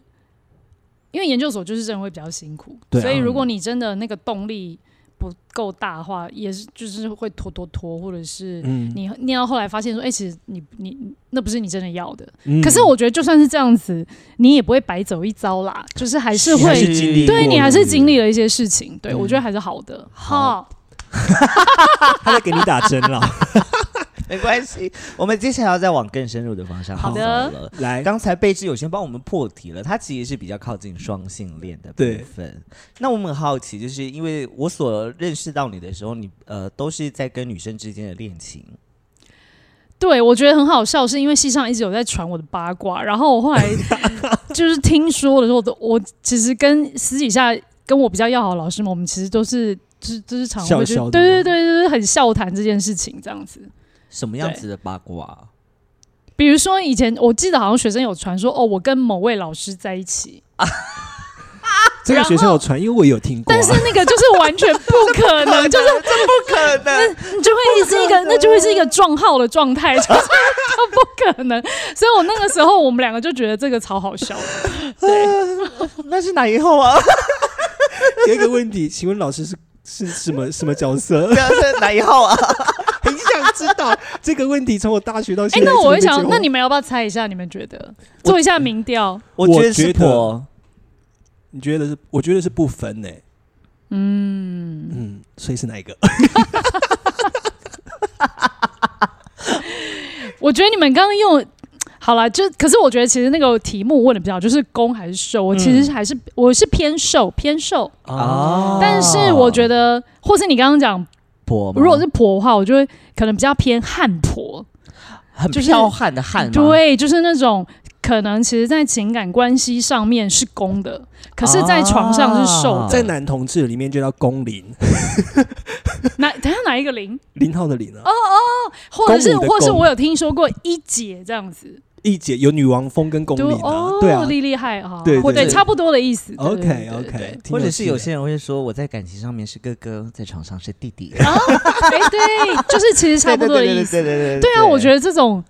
[SPEAKER 3] 因为研究所就是真的会比较辛苦，
[SPEAKER 1] 对啊
[SPEAKER 3] 所以如果你真的那个动力不够大的话，也是就是会拖拖拖，或者是
[SPEAKER 1] 嗯
[SPEAKER 3] 你念到后来发现说，哎、其实你你那不是你真的要的。
[SPEAKER 1] 嗯
[SPEAKER 3] 可是我觉得就算是这样子，你也不会白走一遭啦，就是还是
[SPEAKER 1] 你还
[SPEAKER 3] 会
[SPEAKER 1] 是经历过
[SPEAKER 3] 对
[SPEAKER 1] 了
[SPEAKER 3] 你还是经历了一些事情，对、
[SPEAKER 1] 嗯
[SPEAKER 3] 我觉得还是好的。
[SPEAKER 2] 好
[SPEAKER 3] 哈，
[SPEAKER 1] 他在给你打针 了，
[SPEAKER 2] 没关系， 我们接下来要再往更深入的方向
[SPEAKER 3] 好
[SPEAKER 2] 走
[SPEAKER 3] 的
[SPEAKER 2] 了。
[SPEAKER 1] 来，
[SPEAKER 2] 刚才贝芝有先帮我们破题了，他其实是比较靠近双性恋的部分。那我们很好奇，就是因为我所认识到你的时候，你呃都是在跟女生之间的恋情，
[SPEAKER 3] 对我觉得很好笑，是因为戏上一直有在传我的八卦，然后我后来 就是听说的时候，我都我其实跟私底下跟我比较要好的老师们，我们其实都是就是就是常会
[SPEAKER 1] 笑
[SPEAKER 3] 就
[SPEAKER 1] 笑的
[SPEAKER 3] 对对
[SPEAKER 1] 吗
[SPEAKER 3] 对，就是很笑谈这件事情这样子。
[SPEAKER 2] 什么样子的八卦？
[SPEAKER 3] 比如说以前我记得好像学生有传说哦，我跟某位老师在一起，
[SPEAKER 1] 这个学校有传，因为我有听过、啊。
[SPEAKER 3] 但是那个就是完全不可能， 就是
[SPEAKER 2] 不可能，
[SPEAKER 3] 你就会是一个，那就会是一个撞号的状态，就是就不可能。所以我那个时候，我们两个就觉得这个超好笑。对，
[SPEAKER 2] 那是哪以后啊？
[SPEAKER 1] 有一个问题，请问老师是是什么什么角色
[SPEAKER 2] 不？要是哪以后啊？
[SPEAKER 1] 很想知道这个问题，从我大学到
[SPEAKER 3] 哎、
[SPEAKER 1] 现在。
[SPEAKER 3] 那我会
[SPEAKER 1] 从来
[SPEAKER 3] 想
[SPEAKER 1] 没，
[SPEAKER 3] 那
[SPEAKER 1] 结
[SPEAKER 3] 你们要不要猜一下？你们觉得做一下民调？
[SPEAKER 2] 我
[SPEAKER 1] 觉
[SPEAKER 2] 觉
[SPEAKER 1] 得
[SPEAKER 2] 得是婆，
[SPEAKER 1] 婚你觉得是？我觉得是不分呢、欸
[SPEAKER 3] 嗯，
[SPEAKER 1] 嗯，所以是哪一个？
[SPEAKER 3] 我觉得你们刚刚用。好了，就可是我觉得其实那个题目问的比较好，就是攻还是受，我其实还是、我是偏受偏受，
[SPEAKER 2] 哦
[SPEAKER 3] 但是我觉得，或是你刚刚讲，
[SPEAKER 2] 婆吗，
[SPEAKER 3] 如果是婆的话，我就会可能比较偏汉婆，
[SPEAKER 2] 很
[SPEAKER 3] 就是
[SPEAKER 2] 彪悍的悍吗，
[SPEAKER 3] 对，就是那种可能其实，在情感关系上面是攻的，可是，在床上是受
[SPEAKER 2] 啊
[SPEAKER 3] 的。
[SPEAKER 1] 在男同志里面就叫公 林，
[SPEAKER 3] 哪等一下哪一个零，
[SPEAKER 1] 林浩的林
[SPEAKER 3] 哦
[SPEAKER 1] 啊。
[SPEAKER 3] 或者是
[SPEAKER 1] 公母的
[SPEAKER 3] 或是
[SPEAKER 1] 公
[SPEAKER 3] 我有听说过一姐这样子，
[SPEAKER 1] 一姐有女王风跟公
[SPEAKER 3] 就
[SPEAKER 1] 林啊
[SPEAKER 3] 哦，，
[SPEAKER 1] 对啊。
[SPEAKER 3] 厉厉害啊，
[SPEAKER 1] 对对
[SPEAKER 3] 或者
[SPEAKER 1] 对
[SPEAKER 3] 差不多的意思。对
[SPEAKER 1] OK
[SPEAKER 3] 对对对
[SPEAKER 1] OK，
[SPEAKER 2] 或者是有些人会说，我在感情上面是哥哥，在床上是弟弟，
[SPEAKER 3] 然后哎 对，就是其实差不多的意思。
[SPEAKER 2] 对对对对
[SPEAKER 3] 对啊，我觉得这种。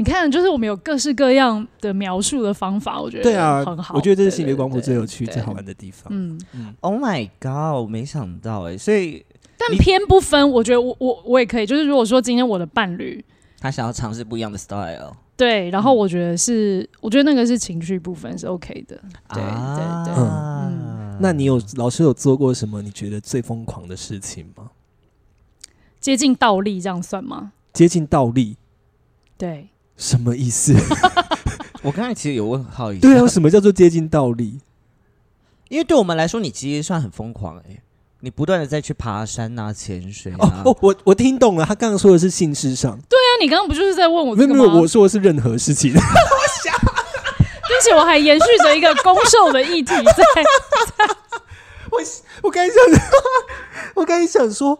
[SPEAKER 3] 你看，就是我们有各式各样的描述的方法，我觉得
[SPEAKER 1] 对啊
[SPEAKER 3] 很，好。
[SPEAKER 1] 我觉得这是
[SPEAKER 3] 对
[SPEAKER 1] 性别光谱最有趣、
[SPEAKER 3] 对
[SPEAKER 1] 最好玩的地方。
[SPEAKER 3] 嗯，
[SPEAKER 2] Oh my God！我没想到哎、所以
[SPEAKER 3] 但偏不分，我觉得我我我也可以。就是如果说今天我的伴侣
[SPEAKER 2] 他想要尝试不一样的 style。
[SPEAKER 3] 对，然后我觉得是，我觉得那个是情绪部分是 OK 的。对
[SPEAKER 2] 啊
[SPEAKER 3] 对
[SPEAKER 1] 对
[SPEAKER 3] 嗯
[SPEAKER 1] 那你有老师有做过什么你觉得最疯狂的事情吗？
[SPEAKER 3] 接近倒立这样算吗？
[SPEAKER 1] 接近倒立
[SPEAKER 3] 对，
[SPEAKER 1] 什么意 思？
[SPEAKER 2] 啊我刚才其实有问浩一下，
[SPEAKER 1] 对啊，什么叫做接近倒 立？
[SPEAKER 2] 因为对我们来说，你其实算很疯狂哎、你不断的再去爬山啊、潜水啊
[SPEAKER 1] 哦，哦，我我听懂了，他刚刚说的是性事上，
[SPEAKER 3] 那你刚刚不就是在问我
[SPEAKER 1] 没有
[SPEAKER 3] 这个
[SPEAKER 1] 没
[SPEAKER 3] 吗？
[SPEAKER 1] 有，我说的是任何事情。
[SPEAKER 3] 并且我还延续着一个攻受的议题在。
[SPEAKER 1] 我刚才想，我刚才想说，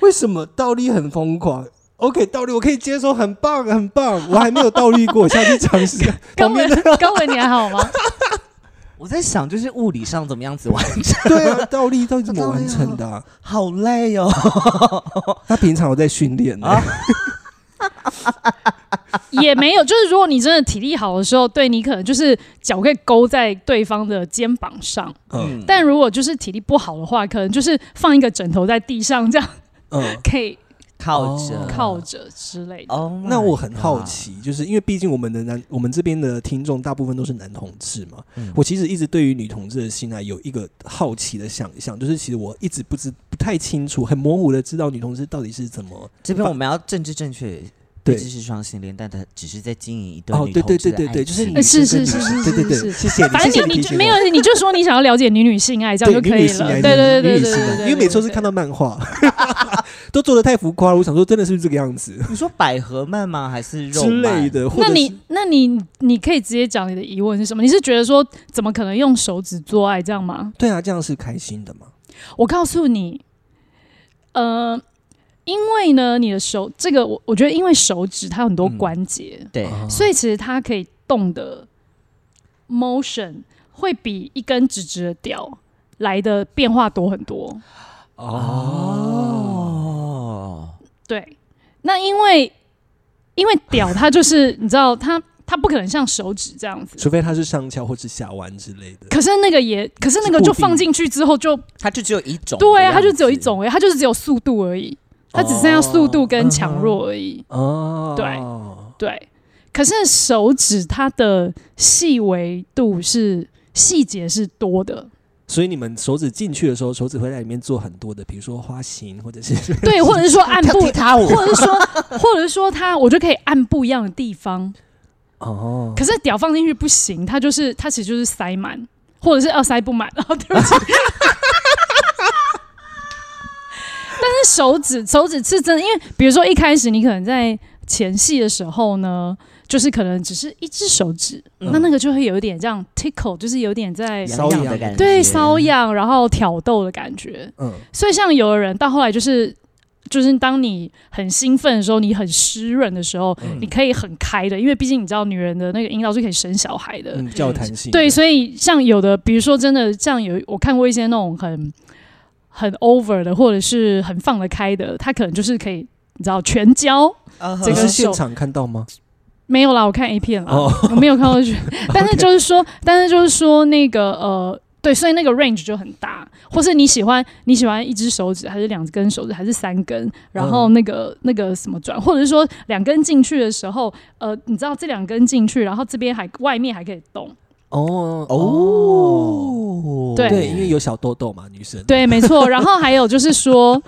[SPEAKER 1] 为什么倒立很疯狂？OK，倒立我可以接受，很棒很棒，我还没有倒立 过，下去尝试。
[SPEAKER 3] 高
[SPEAKER 1] 旁边
[SPEAKER 3] 文
[SPEAKER 1] 的，
[SPEAKER 3] 高文你还好吗？
[SPEAKER 2] 我在想就是物理上怎么样子完成，
[SPEAKER 1] 对啊，倒立到底怎么完成的啊、
[SPEAKER 2] 好累哦。
[SPEAKER 1] 他平常有在训练呢、
[SPEAKER 3] 也没有，就是如果你真的体力好的时候，对你可能就是脚可以勾在对方的肩膀上，
[SPEAKER 1] 嗯
[SPEAKER 3] 但如果就是体力不好的话，可能就是放一个枕头在地上，这样
[SPEAKER 1] 嗯。
[SPEAKER 3] 可以
[SPEAKER 2] 靠着
[SPEAKER 3] 靠着之类的。
[SPEAKER 2] 哦，
[SPEAKER 1] 嗯那我很好，奇，就是因为毕竟我们的男，我们这边的听众大部分都是男同志嘛。
[SPEAKER 2] 嗯
[SPEAKER 1] 我其实一直对于女同志的性爱有一个好奇的想象，就是其实我一直不知不太清楚，很模糊的知道女同志到底是怎么
[SPEAKER 2] 这边我们要政治正确，
[SPEAKER 1] 对
[SPEAKER 2] 毕竟是双性恋，但他只是在经营一段
[SPEAKER 1] 哦，
[SPEAKER 2] 女
[SPEAKER 1] 对对
[SPEAKER 2] 同志
[SPEAKER 1] 对
[SPEAKER 2] 的
[SPEAKER 1] 对
[SPEAKER 2] 爱
[SPEAKER 1] 对，就是
[SPEAKER 2] 情
[SPEAKER 1] 女
[SPEAKER 3] 是
[SPEAKER 1] 生跟女
[SPEAKER 3] 是是
[SPEAKER 1] 生
[SPEAKER 3] 是
[SPEAKER 1] 对对
[SPEAKER 3] 是
[SPEAKER 1] 对，
[SPEAKER 3] 是
[SPEAKER 1] 谢谢你，
[SPEAKER 3] 反
[SPEAKER 1] 谢谢
[SPEAKER 3] 正你
[SPEAKER 1] 提
[SPEAKER 3] 你
[SPEAKER 1] 醒
[SPEAKER 3] 就没
[SPEAKER 1] 我
[SPEAKER 3] 有，你就说你想要了解女女性爱，这
[SPEAKER 1] 对
[SPEAKER 3] 样就可
[SPEAKER 1] 女女
[SPEAKER 3] 以
[SPEAKER 1] 性
[SPEAKER 3] 了。
[SPEAKER 1] 爱这样
[SPEAKER 3] 对
[SPEAKER 1] 女
[SPEAKER 3] 对对对
[SPEAKER 1] 女
[SPEAKER 3] 对
[SPEAKER 1] 性爱
[SPEAKER 3] 对，对
[SPEAKER 1] 因为每次都是看到漫画， 都做的太浮夸了，我想说真的是不是这个样子
[SPEAKER 2] 你说百合漫吗？还是肉
[SPEAKER 1] 之类
[SPEAKER 2] 漫？
[SPEAKER 1] 的，或
[SPEAKER 3] 那
[SPEAKER 1] 者是
[SPEAKER 3] 你那你你可以直接讲你的疑问是什么？你是觉得说怎么可能用手指做爱这样吗？
[SPEAKER 1] 对啊，这样是开心的嘛？
[SPEAKER 3] 我告诉你，呃，因为呢，你的手这个我我觉得，因为手指它有很多
[SPEAKER 2] 嗯
[SPEAKER 3] 关
[SPEAKER 1] 啊
[SPEAKER 3] 节，
[SPEAKER 2] 对，
[SPEAKER 3] 所以其实它可以动的 motion 会比一根直直的屌来的变化多很多。
[SPEAKER 2] 哦，
[SPEAKER 3] 对，那因为因为屌它就是你知道它它不可能像手指这样子，
[SPEAKER 1] 除非他是上翘或是下弯之类的。
[SPEAKER 3] 可是那个也，可是那个
[SPEAKER 1] 是固定哦
[SPEAKER 3] 就放进去之后就
[SPEAKER 2] 它就只有一种，
[SPEAKER 3] 对啊，它就只有一，种哎、它就是只有速度而已，它只剩下速度跟强弱而已。
[SPEAKER 1] 哦，
[SPEAKER 3] 对对，可是手指它的细微度是细节是多的，
[SPEAKER 1] 所以你们手指进去的时候，手指会在里面做很多的，比如说花形，或者是
[SPEAKER 3] 对，或者是说按
[SPEAKER 2] 跳
[SPEAKER 3] 不，
[SPEAKER 2] 踢踏舞，
[SPEAKER 3] 或者是说，或者是说它，我就可以按不一样的地方。
[SPEAKER 1] 哦，
[SPEAKER 3] 可是屌放进去不行，它就是它其实就是塞满，或者是要塞不满。然后对不起。 但是手指手指是真的，因为比如说一开始你可能在前戏的时候呢，就是可能只是一只手指，
[SPEAKER 2] 嗯
[SPEAKER 3] 那那个就会有一点这样 tickle，就是有点在
[SPEAKER 1] 痒
[SPEAKER 2] 瘙痒的感觉，
[SPEAKER 3] 对瘙痒，然后挑逗的感觉。
[SPEAKER 1] 嗯，
[SPEAKER 3] 所以像有的人到后来就是就是当你很兴奋的时候，你很湿润的时候，你可以很开的，因为毕竟你知道女人的那个阴道是可以生小孩的，
[SPEAKER 1] 嗯，较有弹性。
[SPEAKER 3] 对，所以像有的，比如说真的像有我看过一些那种很很 over 的，或者是很放得开的，他可能就是可以。你知道全交
[SPEAKER 1] 你
[SPEAKER 3] 这个
[SPEAKER 1] 是
[SPEAKER 3] 手
[SPEAKER 1] 现场看到吗？
[SPEAKER 3] 没有啦，我看 A 片啦，
[SPEAKER 1] 哦
[SPEAKER 3] 我没有看到 全，但是就是说，但是就是说那个呃，对，所以那个 range 就很大，或是你喜欢你喜欢一只手指，还是两根手指，还是三根，然后
[SPEAKER 1] 嗯
[SPEAKER 3] 那个、那个什么转，或者是说两根进去的时候，呃，你知道这两根进去，然后这边还外面还可以动，
[SPEAKER 1] 哦
[SPEAKER 2] 哦，
[SPEAKER 3] 对
[SPEAKER 1] 对，因为有小痘痘嘛，女生。
[SPEAKER 3] 对，没 错。然后还有就是说，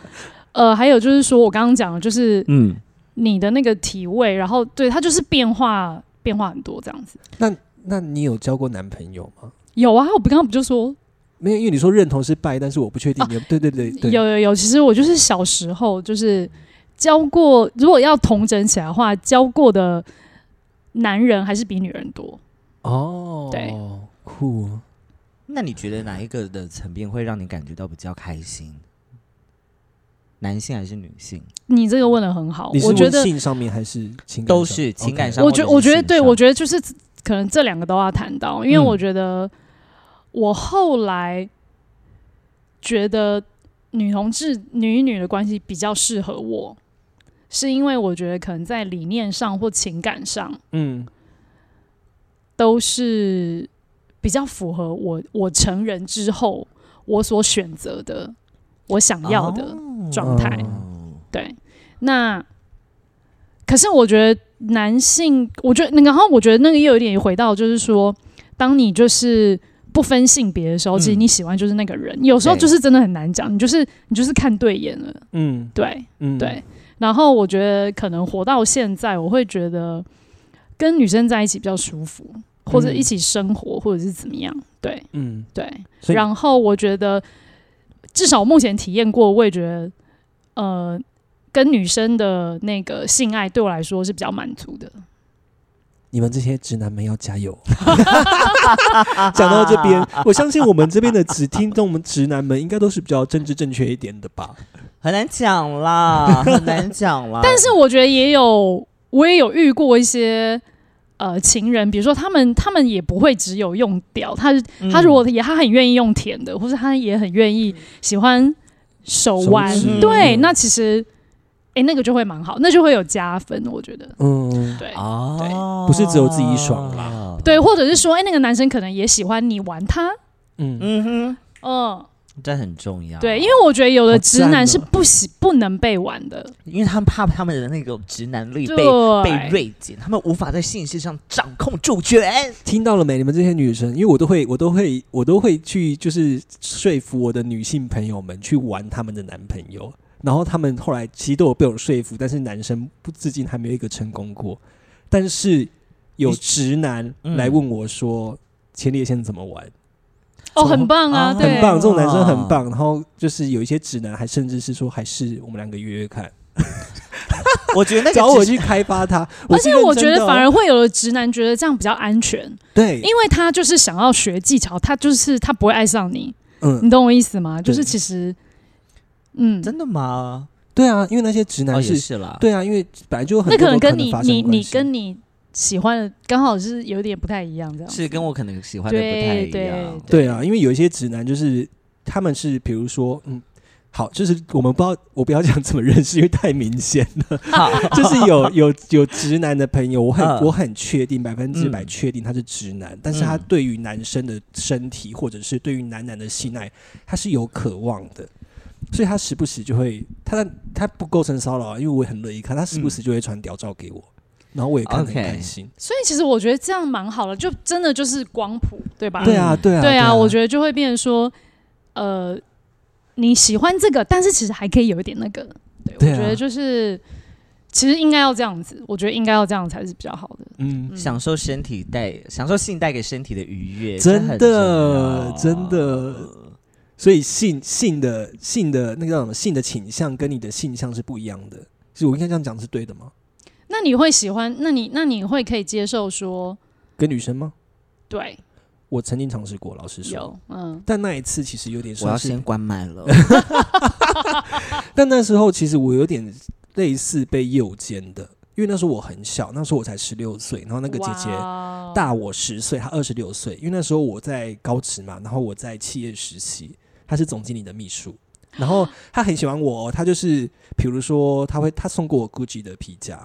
[SPEAKER 3] 呃，还有就是说我刚刚讲的，就是
[SPEAKER 2] 嗯，
[SPEAKER 3] 你的那个体位，然后对它就是变化变化很多这样子。
[SPEAKER 1] 那那你有交过男朋友吗？
[SPEAKER 3] 有啊，我不刚刚不就说
[SPEAKER 1] 没有，因为你说认同是拜，但是我不确定你有。对对对对，
[SPEAKER 3] 哦有有有，其实我就是小时候就是教过，如果要统整起来的话，教过的男人还是比女人多。
[SPEAKER 1] 哦，
[SPEAKER 3] 对，
[SPEAKER 1] 酷哦。
[SPEAKER 2] 那你觉得哪一个的层面会让你感觉到比较开心？男性还是女性？
[SPEAKER 3] 你这个问的很好
[SPEAKER 1] 你，是
[SPEAKER 3] 我觉得
[SPEAKER 1] 问性上面还是情感上？
[SPEAKER 2] 都是情感
[SPEAKER 1] OK
[SPEAKER 2] 上
[SPEAKER 3] 我觉
[SPEAKER 2] 或者是
[SPEAKER 3] 我觉得
[SPEAKER 2] 性
[SPEAKER 3] 对，
[SPEAKER 2] 上
[SPEAKER 3] 我觉得就是可能这两个都要谈到，因为
[SPEAKER 2] 嗯
[SPEAKER 3] 我觉得我后来觉得女同志女与女的关系比较适合我，是因为我觉得可能在理念上或情感上
[SPEAKER 1] 嗯，
[SPEAKER 3] 都是比较符合我我成人之后我所选择的我想要的。状态
[SPEAKER 2] 哦
[SPEAKER 3] 对，那可是我觉得男性，我觉得那个然后我觉得那个又有点回到，就是说，当你就是不分性别的时候，
[SPEAKER 2] 嗯
[SPEAKER 3] 其实你喜欢就是那个人，有时候
[SPEAKER 2] 对
[SPEAKER 3] 就是真的很难讲，你就是你就是看对眼了，
[SPEAKER 1] 嗯
[SPEAKER 3] 对
[SPEAKER 1] 嗯，
[SPEAKER 3] 对。然后我觉得可能活到现在，我会觉得跟女生在一起比较舒服，或者
[SPEAKER 1] 嗯
[SPEAKER 3] 一起生活，或者是怎么样，对
[SPEAKER 1] 嗯，
[SPEAKER 3] 对。
[SPEAKER 1] 所以
[SPEAKER 3] 然后我觉得，至少目前体验过，我也觉得，呃，跟女生的那个性爱对我来说是比较满足的。
[SPEAKER 1] 你们这些直男们要加油。 讲到这边，我相信我们这边的只听众们直男们应该都是比较政治正确一点的吧？
[SPEAKER 2] 很难讲啦，很难讲啦。
[SPEAKER 3] 但是我觉得也有，我也有遇过一些。呃，情人，比如说他们，他们也不会只有用屌，他
[SPEAKER 2] 嗯
[SPEAKER 3] 他如果也他很愿意用舔的，或者他也很愿意喜欢手
[SPEAKER 1] 手
[SPEAKER 3] 腕，
[SPEAKER 1] 指
[SPEAKER 3] 对，那其实，哎、那个就会蛮好，那就会有加分，我觉得，
[SPEAKER 1] 嗯，
[SPEAKER 3] 对，
[SPEAKER 2] 哦，
[SPEAKER 1] 不是只有自己爽啦。
[SPEAKER 3] 对，或者是说，哎、那个男生可能也喜欢你玩他，
[SPEAKER 1] 嗯，
[SPEAKER 2] 嗯
[SPEAKER 3] 嗯，
[SPEAKER 2] 哼，这很重要。
[SPEAKER 3] 对，因为我觉得有的直
[SPEAKER 1] 好赞哦
[SPEAKER 3] 男是不喜不能被玩的，
[SPEAKER 2] 因为他们怕他们的那个直男力
[SPEAKER 3] 对，
[SPEAKER 2] 被被锐减，他们无法在性事上掌控 主权。
[SPEAKER 1] 听到了没？你们这些女生，因为我都会，我都会，我都会去，就是说服我的女性朋友们去玩他们的男朋友。然后他们后来其实都有被我说服，但是男生不至今还没有一个成功过。但是有直男
[SPEAKER 2] 嗯
[SPEAKER 1] 来问我说，前列腺怎么玩？
[SPEAKER 3] 哦，很棒啊，
[SPEAKER 2] 啊
[SPEAKER 3] 对，
[SPEAKER 1] 很棒，这种男生
[SPEAKER 2] 哦
[SPEAKER 1] 很棒。然后就是有一些直男，还甚至是说，还是我们两个约约看，
[SPEAKER 2] 我觉得那个
[SPEAKER 1] 找我
[SPEAKER 2] 只
[SPEAKER 1] 去开发他。
[SPEAKER 3] 而
[SPEAKER 1] 是
[SPEAKER 3] 且我
[SPEAKER 1] 认
[SPEAKER 3] 觉
[SPEAKER 1] 真的
[SPEAKER 3] 得
[SPEAKER 1] 哦
[SPEAKER 3] 反而会有的直男觉得这样比较安全，
[SPEAKER 1] 对，
[SPEAKER 3] 因为他就是想要学技巧，他就是他不会爱上你，你
[SPEAKER 1] 嗯，
[SPEAKER 3] 懂我意思吗？
[SPEAKER 1] 对
[SPEAKER 3] 就是其实，嗯，
[SPEAKER 2] 真的吗？
[SPEAKER 1] 对啊，因为那些直
[SPEAKER 2] 哦，
[SPEAKER 1] 男
[SPEAKER 2] 也
[SPEAKER 1] 是，
[SPEAKER 2] 是啦。
[SPEAKER 1] 对啊，因为本来就有很
[SPEAKER 3] 那
[SPEAKER 1] 多
[SPEAKER 3] 可
[SPEAKER 1] 种
[SPEAKER 3] 能跟
[SPEAKER 1] 能
[SPEAKER 3] 你
[SPEAKER 1] 发生
[SPEAKER 3] 你
[SPEAKER 1] 关
[SPEAKER 3] 你
[SPEAKER 1] 系
[SPEAKER 3] 跟你喜欢的刚好是有点不太一样，这样
[SPEAKER 2] 是跟我可能喜欢的不太
[SPEAKER 3] 对
[SPEAKER 2] 一样
[SPEAKER 3] 对。
[SPEAKER 1] 对啊，因为有一些直男就是他们是比如说嗯。好，就是我们不知道，我不要讲怎么认识，因为太明显了。
[SPEAKER 2] 好，
[SPEAKER 1] 就是有有有直男的朋友，我很、
[SPEAKER 2] 嗯
[SPEAKER 1] 我很确定，百分之百确定他是直男，但是他
[SPEAKER 2] 嗯
[SPEAKER 1] 对于男生的身体或者是对于男男的性爱，他是有渴望的，所以他时不时就会，他他不构成骚扰啊，因为我也很乐意看，他时
[SPEAKER 2] 嗯
[SPEAKER 1] 不时就会传屌照给我，然后我也看得很
[SPEAKER 2] OK
[SPEAKER 1] 开心。
[SPEAKER 3] 所以其实我觉得这样蛮好的，就真的就是光谱，对吧？
[SPEAKER 1] 对啊，对啊，
[SPEAKER 3] 对
[SPEAKER 1] 啊，
[SPEAKER 3] 啊，我觉得就会变成说，呃，你喜欢这个，但是其实还可以有一点那个。对，
[SPEAKER 1] 对啊
[SPEAKER 3] 我觉得就是其实应该要这样子，我觉得应该要这样才是比较好的。
[SPEAKER 1] 嗯，
[SPEAKER 2] 享受身体带享受性带给身体的愉悦，
[SPEAKER 1] 真
[SPEAKER 2] 这很
[SPEAKER 1] 的
[SPEAKER 2] 重要
[SPEAKER 1] 真的。所以性性的性的那个叫什么性的倾向跟你的性向是不一样的，是我应该这样讲是对的吗？
[SPEAKER 3] 那你会喜欢？那你那你会可以接受说，
[SPEAKER 1] 跟女生吗？
[SPEAKER 3] 对，
[SPEAKER 1] 我曾经尝试过，老实说。
[SPEAKER 3] 有，嗯，
[SPEAKER 1] 但那一次其实有点
[SPEAKER 2] 我要
[SPEAKER 1] 算是
[SPEAKER 2] 先关 麦了。
[SPEAKER 1] 但那时候其实我有点类似被诱奸的，因为那时候我很小，那时候我才十六岁，然后那个姐姐
[SPEAKER 3] 哇哦
[SPEAKER 1] 大我十岁，她二十六岁，因为那时候我在高职嘛，然后我在企业实习，她是总经理的秘书。然后她很喜欢我哦，她就是，比如说，她会，她送过我 GUCCI 的皮夹，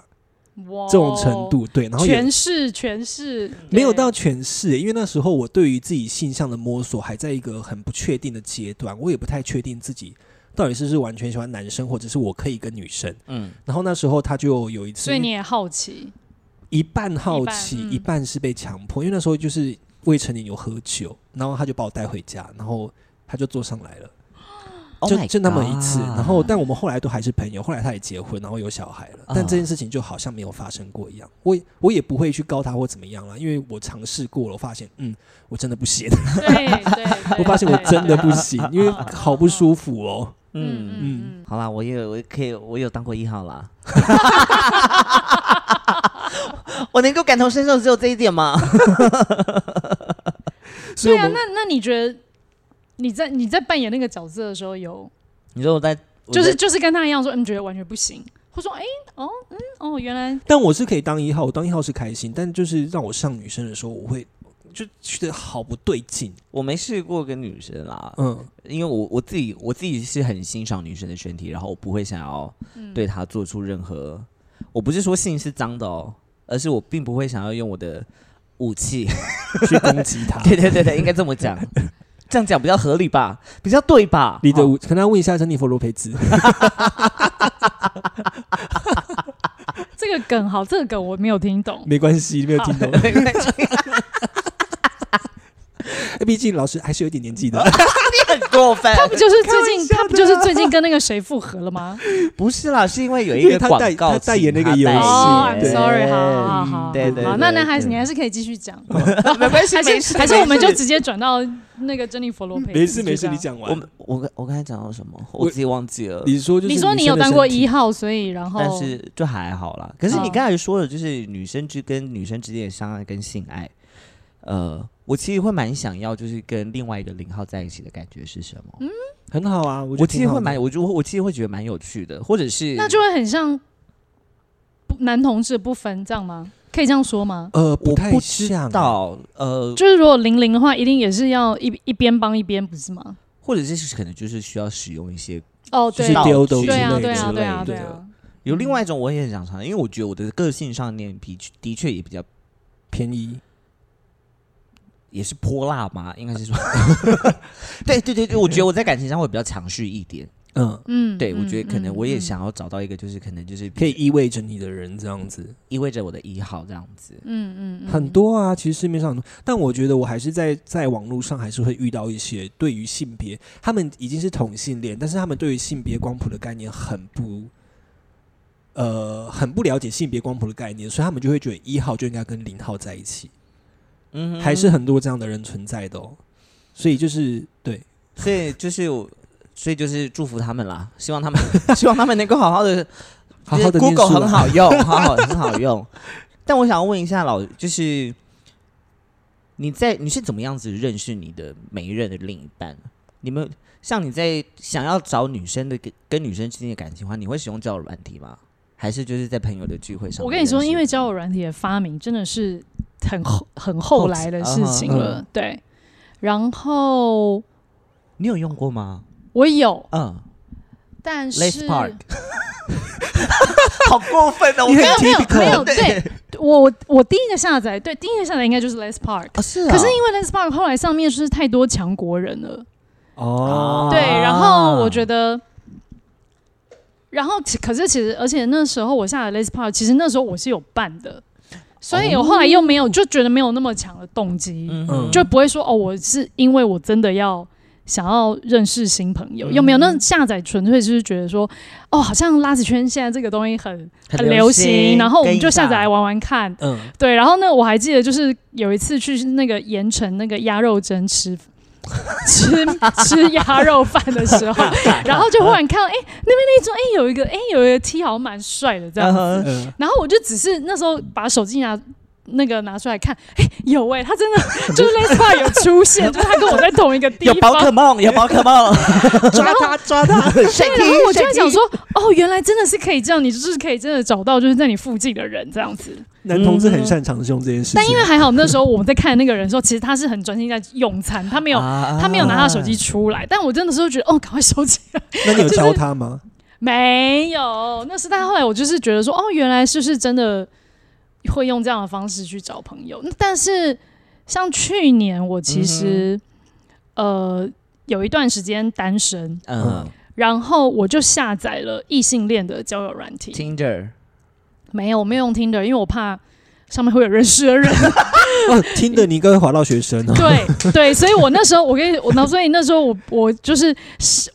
[SPEAKER 3] 哇
[SPEAKER 1] 这种程，
[SPEAKER 3] 哦
[SPEAKER 1] 度，对，然后也
[SPEAKER 3] 全是全是
[SPEAKER 1] 没有到诠释，因为那时候我对于自己性向的摸索还在一个很不确定的阶段，我也不太确定自己到底是不是完全喜欢男生，或者是我可以跟女生。
[SPEAKER 2] 嗯，
[SPEAKER 1] 然后那时候他就有一次，
[SPEAKER 3] 所以你也好奇，
[SPEAKER 1] 一半好奇，
[SPEAKER 3] 一
[SPEAKER 1] 一
[SPEAKER 3] 半
[SPEAKER 1] 半,、
[SPEAKER 3] 嗯
[SPEAKER 1] 是被强迫，因为那时候就是未成年有喝酒，然后他就把我带回家，然后他就坐上来了，
[SPEAKER 2] Oh
[SPEAKER 1] 就
[SPEAKER 2] my
[SPEAKER 1] 就那么一次。
[SPEAKER 2] God
[SPEAKER 1] 然后但我们后来都还是朋友，后来他也结婚，然后有小孩了，但
[SPEAKER 2] 啊
[SPEAKER 1] 这件事情就好像没有发生过一样。我也我也不会去告他或怎么样了，因为我尝试过了，我发现嗯，我真的不 行，
[SPEAKER 3] 对 对，对
[SPEAKER 1] 我发现我
[SPEAKER 3] 对
[SPEAKER 1] 真的
[SPEAKER 3] 对
[SPEAKER 1] 不行，因为好不舒服哦。
[SPEAKER 3] 嗯嗯
[SPEAKER 2] 嗯，
[SPEAKER 3] 嗯，
[SPEAKER 2] 好啦，我也我可以，我有当过一号啦。 我能够感同身受只有这一点吗？
[SPEAKER 1] 所以我
[SPEAKER 3] 对啊，
[SPEAKER 1] 们
[SPEAKER 3] 那那你觉得你在你在扮演那个角色的时候有，
[SPEAKER 2] 你说我在，我在
[SPEAKER 3] 就是就是跟他一样说，嗯，觉得完全不行，或说，哎，哦，嗯，哦，原来
[SPEAKER 1] 但我是可以当一号，我当一号是开心，但就是让我上女生的时候，我会就觉得好不对劲，
[SPEAKER 2] 我没试过跟女生啦，
[SPEAKER 1] 嗯。
[SPEAKER 2] 因为我我自己我自己是很欣赏女生的身体，然后我不会想要对她做出任何，我不是说性是脏的哦，而是我并不会想要用我的武器，
[SPEAKER 1] 去攻击 他
[SPEAKER 2] 对对对对，应该这么讲，这样讲比较合理吧，比较对吧？
[SPEAKER 1] 你的
[SPEAKER 2] 哦
[SPEAKER 1] 武，可能要问一下珍妮佛罗培兹，
[SPEAKER 3] 这个梗好，这个梗我没有听 懂，
[SPEAKER 1] 没关系，没有听懂，
[SPEAKER 2] 没关系
[SPEAKER 1] 毕竟老师还是有一点年纪的。
[SPEAKER 2] 很过分，
[SPEAKER 3] 他不就是最近
[SPEAKER 1] 啊
[SPEAKER 3] 他不就是最近跟那个谁复合了吗？
[SPEAKER 2] 不是啦，是因为有
[SPEAKER 1] 因
[SPEAKER 2] 一
[SPEAKER 1] 为
[SPEAKER 2] 个
[SPEAKER 1] 他
[SPEAKER 2] 广
[SPEAKER 1] 代
[SPEAKER 2] 告
[SPEAKER 1] 他
[SPEAKER 2] 请
[SPEAKER 1] 代言那个
[SPEAKER 2] 他
[SPEAKER 1] 游
[SPEAKER 2] 代
[SPEAKER 1] 戏
[SPEAKER 3] 哦
[SPEAKER 2] 言
[SPEAKER 3] ，I'm
[SPEAKER 1] 对
[SPEAKER 3] sorry，好好好，
[SPEAKER 2] 对对
[SPEAKER 3] 好，
[SPEAKER 2] 对
[SPEAKER 3] 那那还是
[SPEAKER 2] 对
[SPEAKER 3] 你还是可以继续讲，
[SPEAKER 2] 没关系，
[SPEAKER 3] 还
[SPEAKER 2] 没
[SPEAKER 3] 是
[SPEAKER 2] 事
[SPEAKER 3] 还是
[SPEAKER 2] 没
[SPEAKER 3] 我们
[SPEAKER 2] 事
[SPEAKER 3] 就直接转到那个珍妮佛罗佩兹，
[SPEAKER 1] 没事没
[SPEAKER 3] 就
[SPEAKER 1] 事，
[SPEAKER 3] 这样
[SPEAKER 1] 你。讲
[SPEAKER 2] 我
[SPEAKER 1] 完
[SPEAKER 2] 们。我跟我刚才讲到什么，
[SPEAKER 1] 我
[SPEAKER 2] 我自己忘记了。
[SPEAKER 1] 你说就是
[SPEAKER 3] 你说你有当过一
[SPEAKER 1] 号，
[SPEAKER 3] 号，所以然后
[SPEAKER 2] 但是就还好啦。可是你
[SPEAKER 3] 哦
[SPEAKER 2] 刚才说的，就是女生之跟女生之间的相爱跟性爱，呃，我其实会蛮想要，就是跟另外一个零号在一起的感觉是什
[SPEAKER 3] 嗯
[SPEAKER 2] 么？
[SPEAKER 1] 很好啊，我
[SPEAKER 2] 我
[SPEAKER 1] 我
[SPEAKER 2] 其实会蛮，我就我其实会觉得蛮有趣的，或者是
[SPEAKER 3] 那就会很像不男同志不分这样吗？可以这样说吗？
[SPEAKER 1] 呃
[SPEAKER 2] 我
[SPEAKER 1] 太
[SPEAKER 2] 不知
[SPEAKER 1] 像，
[SPEAKER 2] 到呃，
[SPEAKER 3] 就是如果零零的话，一定也是要一一边帮一边，不是吗？
[SPEAKER 2] 或者是可能就是需要使用一些
[SPEAKER 3] 哦，
[SPEAKER 1] 就
[SPEAKER 3] 对
[SPEAKER 1] 是
[SPEAKER 3] 啊，
[SPEAKER 1] 丢斗之
[SPEAKER 3] 对啊，
[SPEAKER 1] 类
[SPEAKER 3] 对啊，
[SPEAKER 1] 的
[SPEAKER 3] 对啊，
[SPEAKER 1] 之
[SPEAKER 3] 对
[SPEAKER 1] 类的
[SPEAKER 3] 啊，
[SPEAKER 2] 有另外一种我也很想尝试，因为我觉得我的个性上面的确的确也比较
[SPEAKER 1] 便宜。
[SPEAKER 2] 也是泼辣嘛，应该是说， 对对对对，我觉得我在感情上会比较强势一点。
[SPEAKER 1] 嗯，
[SPEAKER 3] 嗯，
[SPEAKER 2] 对，
[SPEAKER 3] 嗯
[SPEAKER 2] 我觉得可能我也，
[SPEAKER 3] 嗯
[SPEAKER 2] 想要找到一个，就是可能就是
[SPEAKER 1] 可以依偎着你的人这样子，
[SPEAKER 2] 意味着我的一号这样子。
[SPEAKER 3] 嗯嗯嗯，嗯
[SPEAKER 1] 很，多啊，其实市面
[SPEAKER 3] 嗯
[SPEAKER 1] 上很多，但我觉得我还是在在网络上还是会遇到一些对于性别，他们已经是同性恋，但是他们对于性别光谱的概念很不，呃，很不了解性别光谱的概念，所以他们就会觉得一号就应该跟零号在一起，
[SPEAKER 2] 嗯
[SPEAKER 1] 还是很多这样的人存在的哦。所以就是对，
[SPEAKER 2] 所以就是我，所以就是祝福他们啦，希望他们 希望他们能够好好的，
[SPEAKER 1] 好好的念
[SPEAKER 2] Google
[SPEAKER 1] 书
[SPEAKER 2] 很
[SPEAKER 1] 啦，
[SPEAKER 2] 好用，好好很好 用。但我想要问一下老，就是你在你是怎么样子认识你的每一任的另一半？你们像你在想要找女生的跟跟女生之间的感情的话，你会使用交友软体吗？还是就是在朋友的聚会上面认识？
[SPEAKER 3] 我跟你说，因为交友软体的发明真的是很后很后来的事情
[SPEAKER 1] 嗯
[SPEAKER 3] 了，对。然后
[SPEAKER 2] 你有用过吗？
[SPEAKER 3] 我有，
[SPEAKER 2] 嗯。
[SPEAKER 3] 但是
[SPEAKER 2] Lace Park，好过分哦！
[SPEAKER 3] 没 有没有没有，
[SPEAKER 2] 对
[SPEAKER 3] 对我我第一个下载，对第一个下载应该就是 Les Park，
[SPEAKER 2] 啊是啊，
[SPEAKER 3] 可是因为 Les Park 后来上面就是太多强国人了，
[SPEAKER 1] 哦，
[SPEAKER 3] 对，然后我觉得，然后其可是其实，而且那时候我下了 Les Park，其实那时候我是有办的，所以我后来又没有就觉得没有那么强的动机，
[SPEAKER 1] 嗯
[SPEAKER 3] 就不会说哦，我是因为我真的要。想要认识新朋友，有没有？那下载纯粹就是觉得说，哦，好像垃圾圈现在这个东西很很流行，然后我们就下载来。玩玩看。
[SPEAKER 1] 嗯，
[SPEAKER 3] 对，然后呢，我还记得就是有一次去那个盐城那个鸭肉蒸吃 吃吃鸭肉饭的时候，然后就忽然看到哎、那边那一桌哎、有一个哎、有一个 T 好像蛮帅的这样，
[SPEAKER 2] 嗯哼
[SPEAKER 1] 嗯
[SPEAKER 3] 然后我就只是那时候把手机拿那个拿出来看，哎、有哎、他真 的就是 Les Fly 有出现，就是他跟我在同一个地
[SPEAKER 2] 有宝可
[SPEAKER 3] 方。
[SPEAKER 2] 梦，有宝可梦，抓他抓他， 谁
[SPEAKER 3] 对，然后我就在 想说，哦，原来真的是可以这样，你就是可以真的找到就是在你附近的人这样子。
[SPEAKER 1] 男同志很擅长用这件事情。
[SPEAKER 3] 但因为还好那时候我们在看那个人的时候，其实他是很专心在用餐，他没有、
[SPEAKER 2] 啊
[SPEAKER 3] 他没有拿他的手机出来。但我真的是会觉得，哦，赶快收起来。
[SPEAKER 1] 那你有教他吗？
[SPEAKER 3] 没有，那是但后来我就是觉得说，哦，原来就是真的会用这样的方式去找朋友。那但是像去年我其
[SPEAKER 2] 嗯
[SPEAKER 3] 实、呃有一段时间单身，
[SPEAKER 2] 嗯
[SPEAKER 3] 然后我就下载了异性恋的交友软体。
[SPEAKER 2] ，Tinder，
[SPEAKER 3] 没有，我没有用 Tinder，因为我怕上面会有认识的人。
[SPEAKER 1] 哦，听的你应该会滑到学生 哦。
[SPEAKER 3] 对对，所以我那时候我跟你我那所以那时候我我就是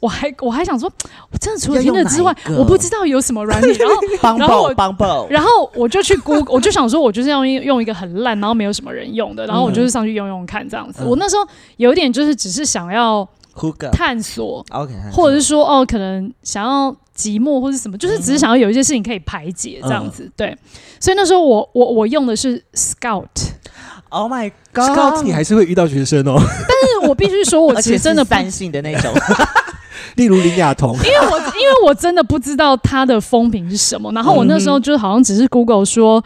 [SPEAKER 3] 我还我还想说，我真的除了
[SPEAKER 2] 要用
[SPEAKER 3] Tinder 之外
[SPEAKER 2] 哪一，个
[SPEAKER 3] 我不知道有什么软体，然后
[SPEAKER 2] 帮
[SPEAKER 3] 然后
[SPEAKER 2] 爆
[SPEAKER 3] 我
[SPEAKER 2] 帮爆，
[SPEAKER 3] 然后我就去 Google，我就想说，我就是要用用一个很烂，然后没有什么人用的，
[SPEAKER 2] 嗯
[SPEAKER 3] 然后我就是上去用用看这样子。
[SPEAKER 1] 嗯
[SPEAKER 3] 我那时候有一点就是只是想要
[SPEAKER 2] hook up。
[SPEAKER 3] 探索，
[SPEAKER 2] OK，
[SPEAKER 3] 或者是说哦，可能想要寂寞或是什么，就是
[SPEAKER 2] 嗯
[SPEAKER 3] 只是想要有一些事情可以排解这样子。对，所以那时候我我我用的是 Scout，
[SPEAKER 2] Oh my
[SPEAKER 1] Scout，你还是会遇到学生哦，
[SPEAKER 3] 但是我必须说，我
[SPEAKER 2] 而
[SPEAKER 3] 其
[SPEAKER 2] 且
[SPEAKER 3] 实真的
[SPEAKER 2] 是
[SPEAKER 3] 不
[SPEAKER 2] 三性的那种，
[SPEAKER 1] 例如林雅彤，
[SPEAKER 3] 因为我因为我真的不知道它的风评是什么，然后我那时候就是好像只是 Google 说，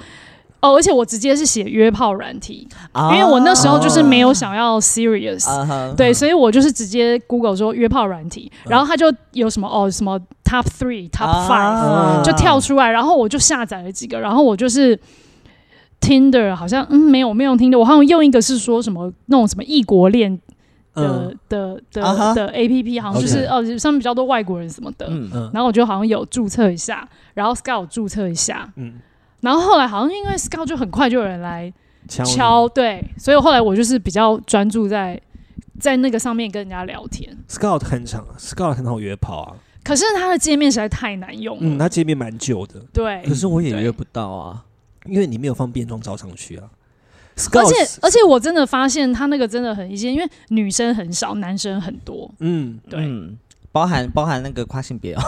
[SPEAKER 3] 哦，而且我直接是写约炮软体， 因为我那时候就是没有想要 serious，、
[SPEAKER 2] 啊哈
[SPEAKER 3] 对，所以我就是直接 Google 说约炮软体，然后它就有什么哦什么 top three top five、
[SPEAKER 2] 啊
[SPEAKER 3] 就跳出来，然后我就下载了几个，然后我就是。Tinder 好像嗯没有没有 Tinder，我好像用一个是说什么那种什么异国恋的、
[SPEAKER 1] 嗯
[SPEAKER 3] 的的、
[SPEAKER 2] 啊哈
[SPEAKER 3] 的 A P P，好像就是
[SPEAKER 1] OK
[SPEAKER 3] 哦上面比较多外国人什么的，
[SPEAKER 2] 嗯
[SPEAKER 1] 嗯
[SPEAKER 3] 然后我就好像有注册一下，然后 Scout 注册一下，
[SPEAKER 1] 嗯，
[SPEAKER 3] 然后后来好像因为 Scout 就很快就有人来
[SPEAKER 1] 敲你
[SPEAKER 3] 敲，对，所以后来我就是比较专注在在那个上面跟人家聊天。
[SPEAKER 1] Scout 很长，Scout 很好约炮啊，
[SPEAKER 3] 可是它的界面实在太难用了，
[SPEAKER 1] 嗯，他界面蛮久的，
[SPEAKER 3] 对
[SPEAKER 2] 可，是我也
[SPEAKER 3] 对
[SPEAKER 2] 约不到啊。
[SPEAKER 1] 因为你没有放变装照上去啊。
[SPEAKER 3] 而
[SPEAKER 1] Scout，
[SPEAKER 3] 且而且我真的发现它那个真的很一些，因为女生很少，男生很多，
[SPEAKER 1] 嗯，
[SPEAKER 3] 对
[SPEAKER 2] 嗯，包含包含那个跨性别哦。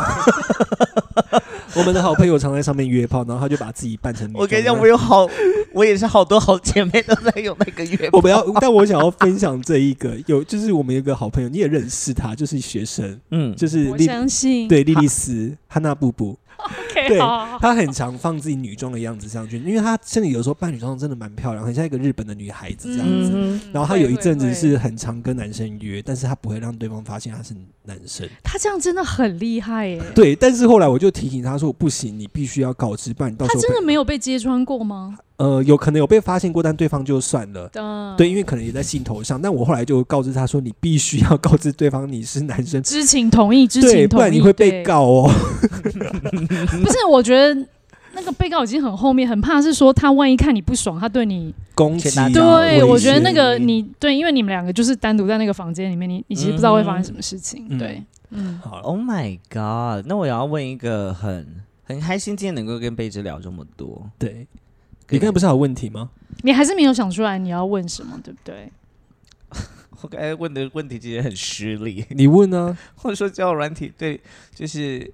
[SPEAKER 1] 我们的好朋友常在上面约炮，然后他就把自己扮成女
[SPEAKER 2] 我跟你讲，
[SPEAKER 1] 装
[SPEAKER 2] 我有好， 我也是好多好姐妹都在用 那个约
[SPEAKER 1] 我
[SPEAKER 2] 炮。
[SPEAKER 1] 们要，但我想要分享这一个，有就是我们有一个好朋友，你也认识他，就是学生，
[SPEAKER 2] 嗯，
[SPEAKER 1] 就是
[SPEAKER 3] 我
[SPEAKER 1] 莉
[SPEAKER 3] 相信。
[SPEAKER 1] 对莉莉丝汉娜布布，
[SPEAKER 3] OK，
[SPEAKER 1] 对
[SPEAKER 3] 好好好，
[SPEAKER 1] 她很常放自己女装的样子上去，因为她真的有时候扮女装真的蛮漂亮，很像一个日本的女孩子这样子。
[SPEAKER 2] 嗯
[SPEAKER 1] 然后她有一阵子
[SPEAKER 3] 会，
[SPEAKER 1] 是
[SPEAKER 3] 会会
[SPEAKER 1] 很常跟男生约，但是她不会让对方发现她是男生。
[SPEAKER 3] 他这样真的很厉害耶！
[SPEAKER 1] 对，但是后来我就提醒她说，不行，你必须要告知，不然你到
[SPEAKER 3] 他
[SPEAKER 1] 时候
[SPEAKER 3] 真的
[SPEAKER 1] 被
[SPEAKER 3] 没有被揭穿过吗？
[SPEAKER 1] 呃有可能有被发现过，但对方就算了。
[SPEAKER 3] 嗯，
[SPEAKER 1] 对，因为可能也在兴头上，但我后来就告知她说，你必须要告知对方你是男生，
[SPEAKER 3] 知情同意，知
[SPEAKER 1] 对，
[SPEAKER 3] 情
[SPEAKER 1] 不
[SPEAKER 3] 同意，
[SPEAKER 1] 然你会被
[SPEAKER 3] 对。
[SPEAKER 1] 告哦。
[SPEAKER 3] 不是，我觉得那个被告已经很后面，很怕是说他万一看你不爽，他对你。
[SPEAKER 1] 攻击
[SPEAKER 2] 前拿
[SPEAKER 1] 啊，
[SPEAKER 2] 刀
[SPEAKER 3] 对，
[SPEAKER 1] 威
[SPEAKER 3] 我觉得
[SPEAKER 1] 胁
[SPEAKER 3] 那个你对，因为你们两个就是单独在那个房间里面，你你其实不知道会发生什么事情。
[SPEAKER 1] 嗯
[SPEAKER 3] 对，嗯，
[SPEAKER 1] 好了，
[SPEAKER 2] Oh my god！那我也要问一个很很开心，今天能够跟贝芝聊这么多。
[SPEAKER 1] 对，你刚才不
[SPEAKER 2] 是
[SPEAKER 1] 是还有问题吗？
[SPEAKER 3] 你还是没有想出来你要问什么，对不对？
[SPEAKER 2] 我刚才问的问题其实很失礼，
[SPEAKER 1] 你问啊呢、
[SPEAKER 2] 或者说交友软体对，就是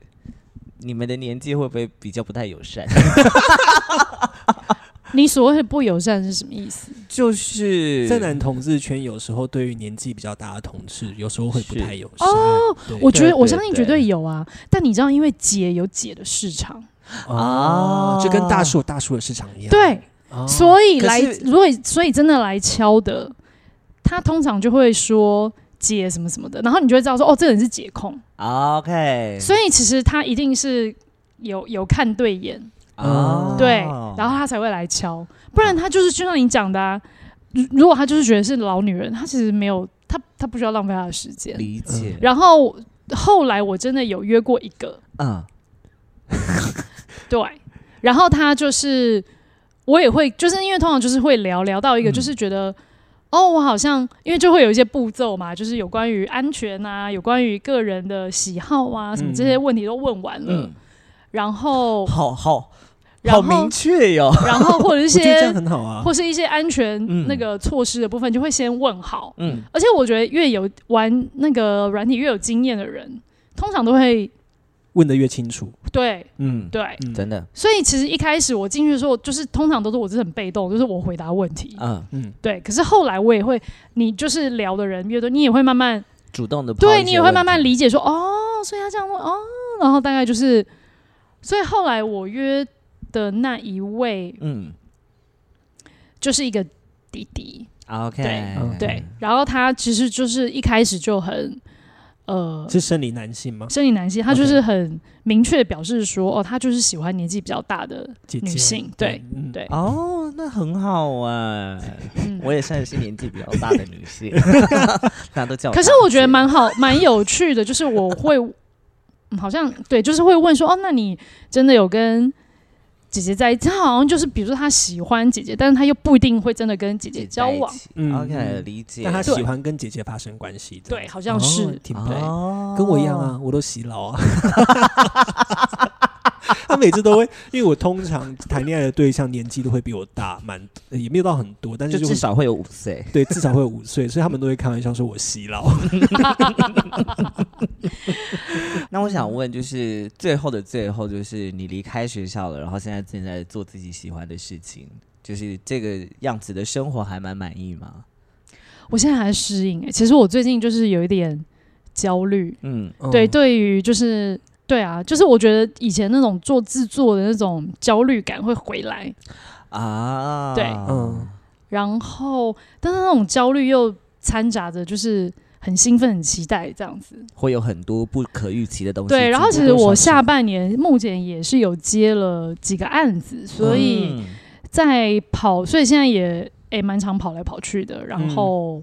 [SPEAKER 2] 你们的年纪会不会比较不太友 善？
[SPEAKER 3] 你所谓的不友善是什么意思？
[SPEAKER 2] 就是
[SPEAKER 1] 在男同志圈，有时候对于年纪比较大的同志，有时候会不
[SPEAKER 2] 是
[SPEAKER 1] 太友善。哦，
[SPEAKER 3] 我觉
[SPEAKER 2] 对
[SPEAKER 3] 得我
[SPEAKER 2] 对
[SPEAKER 3] 相信
[SPEAKER 2] 对
[SPEAKER 3] 绝对有啊，但你知道，因为姐有姐的市场，
[SPEAKER 1] 啊，
[SPEAKER 2] 啊
[SPEAKER 1] 就跟大叔有大叔的市场一样。
[SPEAKER 3] 哦对，
[SPEAKER 1] 啊，
[SPEAKER 3] 所以
[SPEAKER 2] 嗯可
[SPEAKER 3] 来
[SPEAKER 2] 是，
[SPEAKER 3] 如果所以真的来敲的，他通常就会说姐什么什么的，然后你就会知道说，哦，这个人是姐控。
[SPEAKER 2] OK，
[SPEAKER 3] 所以其实他一定是有有看对眼，
[SPEAKER 2] 啊，
[SPEAKER 3] 对，
[SPEAKER 1] 哦
[SPEAKER 3] 然后他才会来敲，不然他就是就像你讲的、啊，如如果他就是觉得是老女人，他其实没有他他不需要浪费他的时间。
[SPEAKER 2] 理解，
[SPEAKER 3] 然后后来我真的有约过一个，
[SPEAKER 2] 嗯，
[SPEAKER 3] 对，然后他就是我也会就是因为通常就是会聊聊到一个
[SPEAKER 1] 嗯
[SPEAKER 3] 就是觉得。哦，我好像因为就会有一些步骤嘛，就是有关于安全啊，有关于个人的喜好啊，什么这些
[SPEAKER 1] 嗯
[SPEAKER 3] 问题都问完了，
[SPEAKER 2] 嗯，
[SPEAKER 3] 然后
[SPEAKER 2] 好好
[SPEAKER 3] 然
[SPEAKER 2] 好
[SPEAKER 3] 后
[SPEAKER 2] 明确哟，
[SPEAKER 3] 然后或者一
[SPEAKER 1] 我觉得这
[SPEAKER 3] 些
[SPEAKER 1] 样很好啊。
[SPEAKER 3] 或是一些安全
[SPEAKER 2] 嗯
[SPEAKER 3] 那个措施的部分，就会先问好。
[SPEAKER 2] 嗯，
[SPEAKER 3] 而且我觉得越有玩那个软体越有经验的人，通常都会
[SPEAKER 1] 问的越清楚。
[SPEAKER 3] 对
[SPEAKER 1] 嗯，
[SPEAKER 3] 对，
[SPEAKER 1] 嗯
[SPEAKER 2] 真的，
[SPEAKER 3] 所以其实一开始我进去的时候，就是通常都是我是很被动，就是我回答问题。
[SPEAKER 2] 嗯，
[SPEAKER 1] 嗯，
[SPEAKER 3] 对，可是后来我也会，你就是聊的人越多，你也会慢慢，
[SPEAKER 2] 主动的，
[SPEAKER 3] 对你也会慢慢，理解说，哦，所以他这样问，哦，然后大概就是，所以后来我约的那一位
[SPEAKER 2] 嗯
[SPEAKER 3] 就是一个弟弟，
[SPEAKER 2] ，OK，
[SPEAKER 1] 嗯
[SPEAKER 3] 对，然后他其实就是一开始就很，呃，
[SPEAKER 1] 是生理男性吗？
[SPEAKER 3] 生理男性，他就是很明确地表示说，哦，他就是喜欢年纪比较大的
[SPEAKER 1] 姐姐
[SPEAKER 3] 女性，对，，
[SPEAKER 1] 嗯，
[SPEAKER 3] 对，
[SPEAKER 2] 哦，那很好哎、
[SPEAKER 3] 嗯。
[SPEAKER 2] 我也算是年纪比较大的女 性，大家都叫我大姐。
[SPEAKER 3] 可是我觉得蛮好，蛮有趣的，就是我会，嗯好像对，就是会问说，哦，那你真的有跟姐姐在一起？他好像就是，比如说他喜欢姐姐，但是他又不一定会真的跟姐姐交往。
[SPEAKER 1] 嗯
[SPEAKER 2] o k
[SPEAKER 1] 嗯
[SPEAKER 2] 理解。
[SPEAKER 1] 但他喜欢跟姐姐发生关系，这
[SPEAKER 3] 对，
[SPEAKER 1] 样，
[SPEAKER 3] 好像是、
[SPEAKER 1] 哦挺棒。
[SPEAKER 2] 哦
[SPEAKER 1] 跟我一样啊，我都洗脑啊。 他每次都会，因为我通常谈恋爱的对象年纪都会比我大，蛮呃也没有到很多，但
[SPEAKER 2] 就是
[SPEAKER 1] 就
[SPEAKER 2] 至
[SPEAKER 1] 会
[SPEAKER 2] 少会有五 岁。
[SPEAKER 1] 对至少会有五岁，所以他们都会开玩笑说我洗脑。
[SPEAKER 2] 那我想问，就是最后的最后，就是你离开学校了，然后现在正在做自己喜欢的事情，就是这个样子的生活还蛮满意吗？
[SPEAKER 3] 我现在还适应、欸。其实我最近就是有一点焦虑，
[SPEAKER 2] 嗯，
[SPEAKER 3] 对，
[SPEAKER 1] 嗯，
[SPEAKER 3] 对于就是。对啊，就是我觉得以前那种做制作的那种焦虑感会回来，
[SPEAKER 2] 啊，
[SPEAKER 3] 对
[SPEAKER 1] 嗯，
[SPEAKER 3] 然后但是那种焦虑又掺杂着就是很兴奋、很期待这样子。
[SPEAKER 2] 会有很多不可预期的东西进入。
[SPEAKER 3] 对，然后其实我下
[SPEAKER 2] 班，
[SPEAKER 3] 半年目前也是有接了几个案子，所以
[SPEAKER 2] 嗯
[SPEAKER 3] 在跑，所以现在也诶蛮常跑来跑去的，
[SPEAKER 1] 嗯
[SPEAKER 3] 然后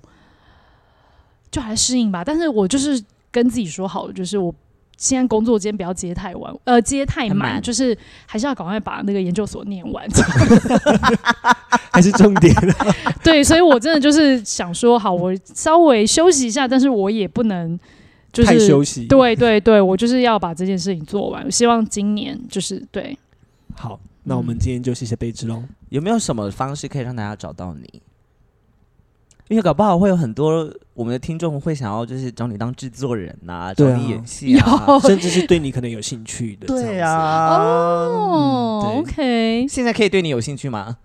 [SPEAKER 3] 就还适应吧。但是我就是跟自己说好了，就是我。现在工作间不要接太晚，呃，接太
[SPEAKER 2] 太
[SPEAKER 3] 满，
[SPEAKER 2] 满
[SPEAKER 3] 就是还是要赶快把那个研究所念完。
[SPEAKER 1] 还是重点。
[SPEAKER 3] 对，所以我真的就是想说，好，我稍微休息一下，但是我也不能 就是
[SPEAKER 1] 太休息。
[SPEAKER 3] 对对对，我就是要把这件事情做完。我希望今年就是对，
[SPEAKER 1] 好，那我
[SPEAKER 3] 嗯
[SPEAKER 1] 们今天就谢谢贝之 龙。
[SPEAKER 2] 有没有什么方式可以让大家找到你？因为搞不好会有很多我们的听众会想要，就是找你当制作人呐、找
[SPEAKER 1] 对啊
[SPEAKER 2] 你演 戏啊，
[SPEAKER 3] 有
[SPEAKER 1] 甚至是对你可能有兴趣的，
[SPEAKER 2] 对
[SPEAKER 1] 啊，
[SPEAKER 2] 啊，
[SPEAKER 3] 哦、
[SPEAKER 1] 嗯
[SPEAKER 3] o k
[SPEAKER 2] 现在可以对你有兴趣吗？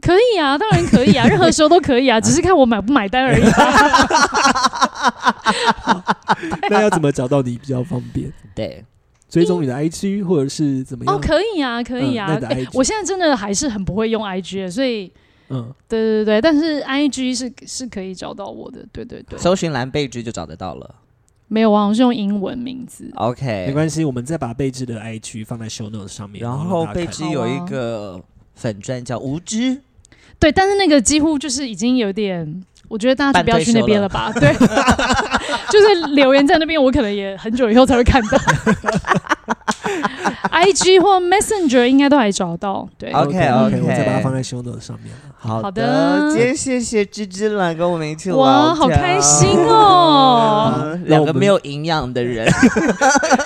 [SPEAKER 3] 可以啊，当然可以啊，任何时候都可以啊，只是看我买不买单而已。
[SPEAKER 1] 那要怎么找到你比较方便？
[SPEAKER 2] 对，
[SPEAKER 1] 追踪你的 IG 或者是怎么
[SPEAKER 3] 哦，
[SPEAKER 1] 样？
[SPEAKER 3] 可以啊，可以啊
[SPEAKER 1] 嗯那。打
[SPEAKER 3] 哎
[SPEAKER 1] IG
[SPEAKER 3] 我现在真的还是很不会用 IG，的所以
[SPEAKER 1] 嗯，
[SPEAKER 3] 对对对，但是 IG 是是可以找到我的，对对对。
[SPEAKER 2] 搜寻蓝贝芝就找得到了。
[SPEAKER 3] 没有，我好像是用英文名字。
[SPEAKER 1] 没
[SPEAKER 2] OK，
[SPEAKER 1] 关系，我们再把贝之的 IG 放在 show notes 上面，
[SPEAKER 2] 然后
[SPEAKER 1] 让大家
[SPEAKER 2] 贝
[SPEAKER 1] 看
[SPEAKER 2] 芝有一个粉钻叫无知，
[SPEAKER 3] 对，但是那个几乎就是已经有点，我觉得大家就不要去那边了吧。对， 就是留言在那边，我可能也很久以后才会看到。IG 或 Messenger 应该都还找到。对，
[SPEAKER 2] 好 OK，OK
[SPEAKER 1] OK，我再把它放在 show notes 上面。
[SPEAKER 2] 好
[SPEAKER 3] 好的
[SPEAKER 2] 今天谢谢芝芝来跟我们一起聊
[SPEAKER 3] 哇，好
[SPEAKER 2] 天
[SPEAKER 3] 开心哦！
[SPEAKER 2] 嗯
[SPEAKER 1] 那
[SPEAKER 2] 两
[SPEAKER 1] 我
[SPEAKER 2] 个
[SPEAKER 1] 们
[SPEAKER 2] 没有营养的人，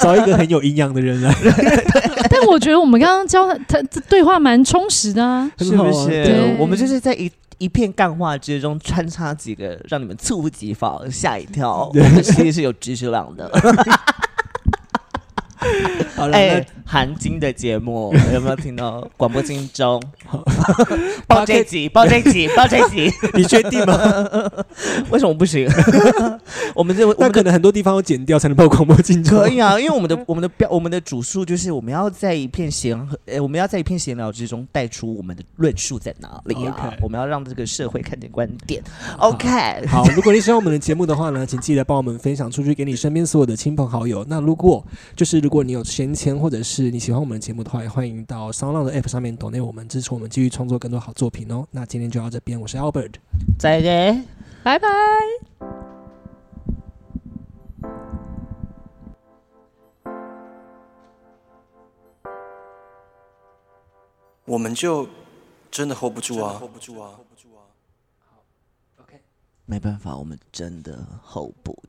[SPEAKER 1] 找一个很有营养的人来，
[SPEAKER 3] 但我觉得我们刚刚交谈他这对话蛮充实的啊。
[SPEAKER 2] 是不是
[SPEAKER 3] 对？
[SPEAKER 2] 我们就是在一一片干话之中穿插几个让你们猝不及防、吓一跳，我们其实是有知识量的。
[SPEAKER 1] 好了，
[SPEAKER 2] 哎，韩金的节目 有没有听到？广播金钟，报这集，报这集，报这集，
[SPEAKER 1] 那你确定吗？
[SPEAKER 2] 为什么不行？我们这 我
[SPEAKER 1] 那
[SPEAKER 2] 们
[SPEAKER 1] 可能很多地方要剪掉才能报广播进去。
[SPEAKER 2] 可以啊，因为我们的我们的标我们的主述就是我们要在一片闲呃我们要在一片闲聊之中带出我们的论述在哪里啊
[SPEAKER 1] OK
[SPEAKER 2] 我们要让这个社会看见观点。OK，
[SPEAKER 1] 好，如果你喜欢我们的节目的话呢，请记得帮我们分享出去给你身边所有的亲朋好友。那如果就是如果你有闲钱或者是你喜欢我们的节目的话，也欢迎到商浪的 App 上面 d 内我们，支持我们继续创作更多好作品哦。那今天就到这边，我是 Albert。
[SPEAKER 2] 再见。
[SPEAKER 3] 拜拜。
[SPEAKER 4] 我们就真的 hold 不住啊，hold 不住啊。
[SPEAKER 2] 没办法，我们真的 hold 不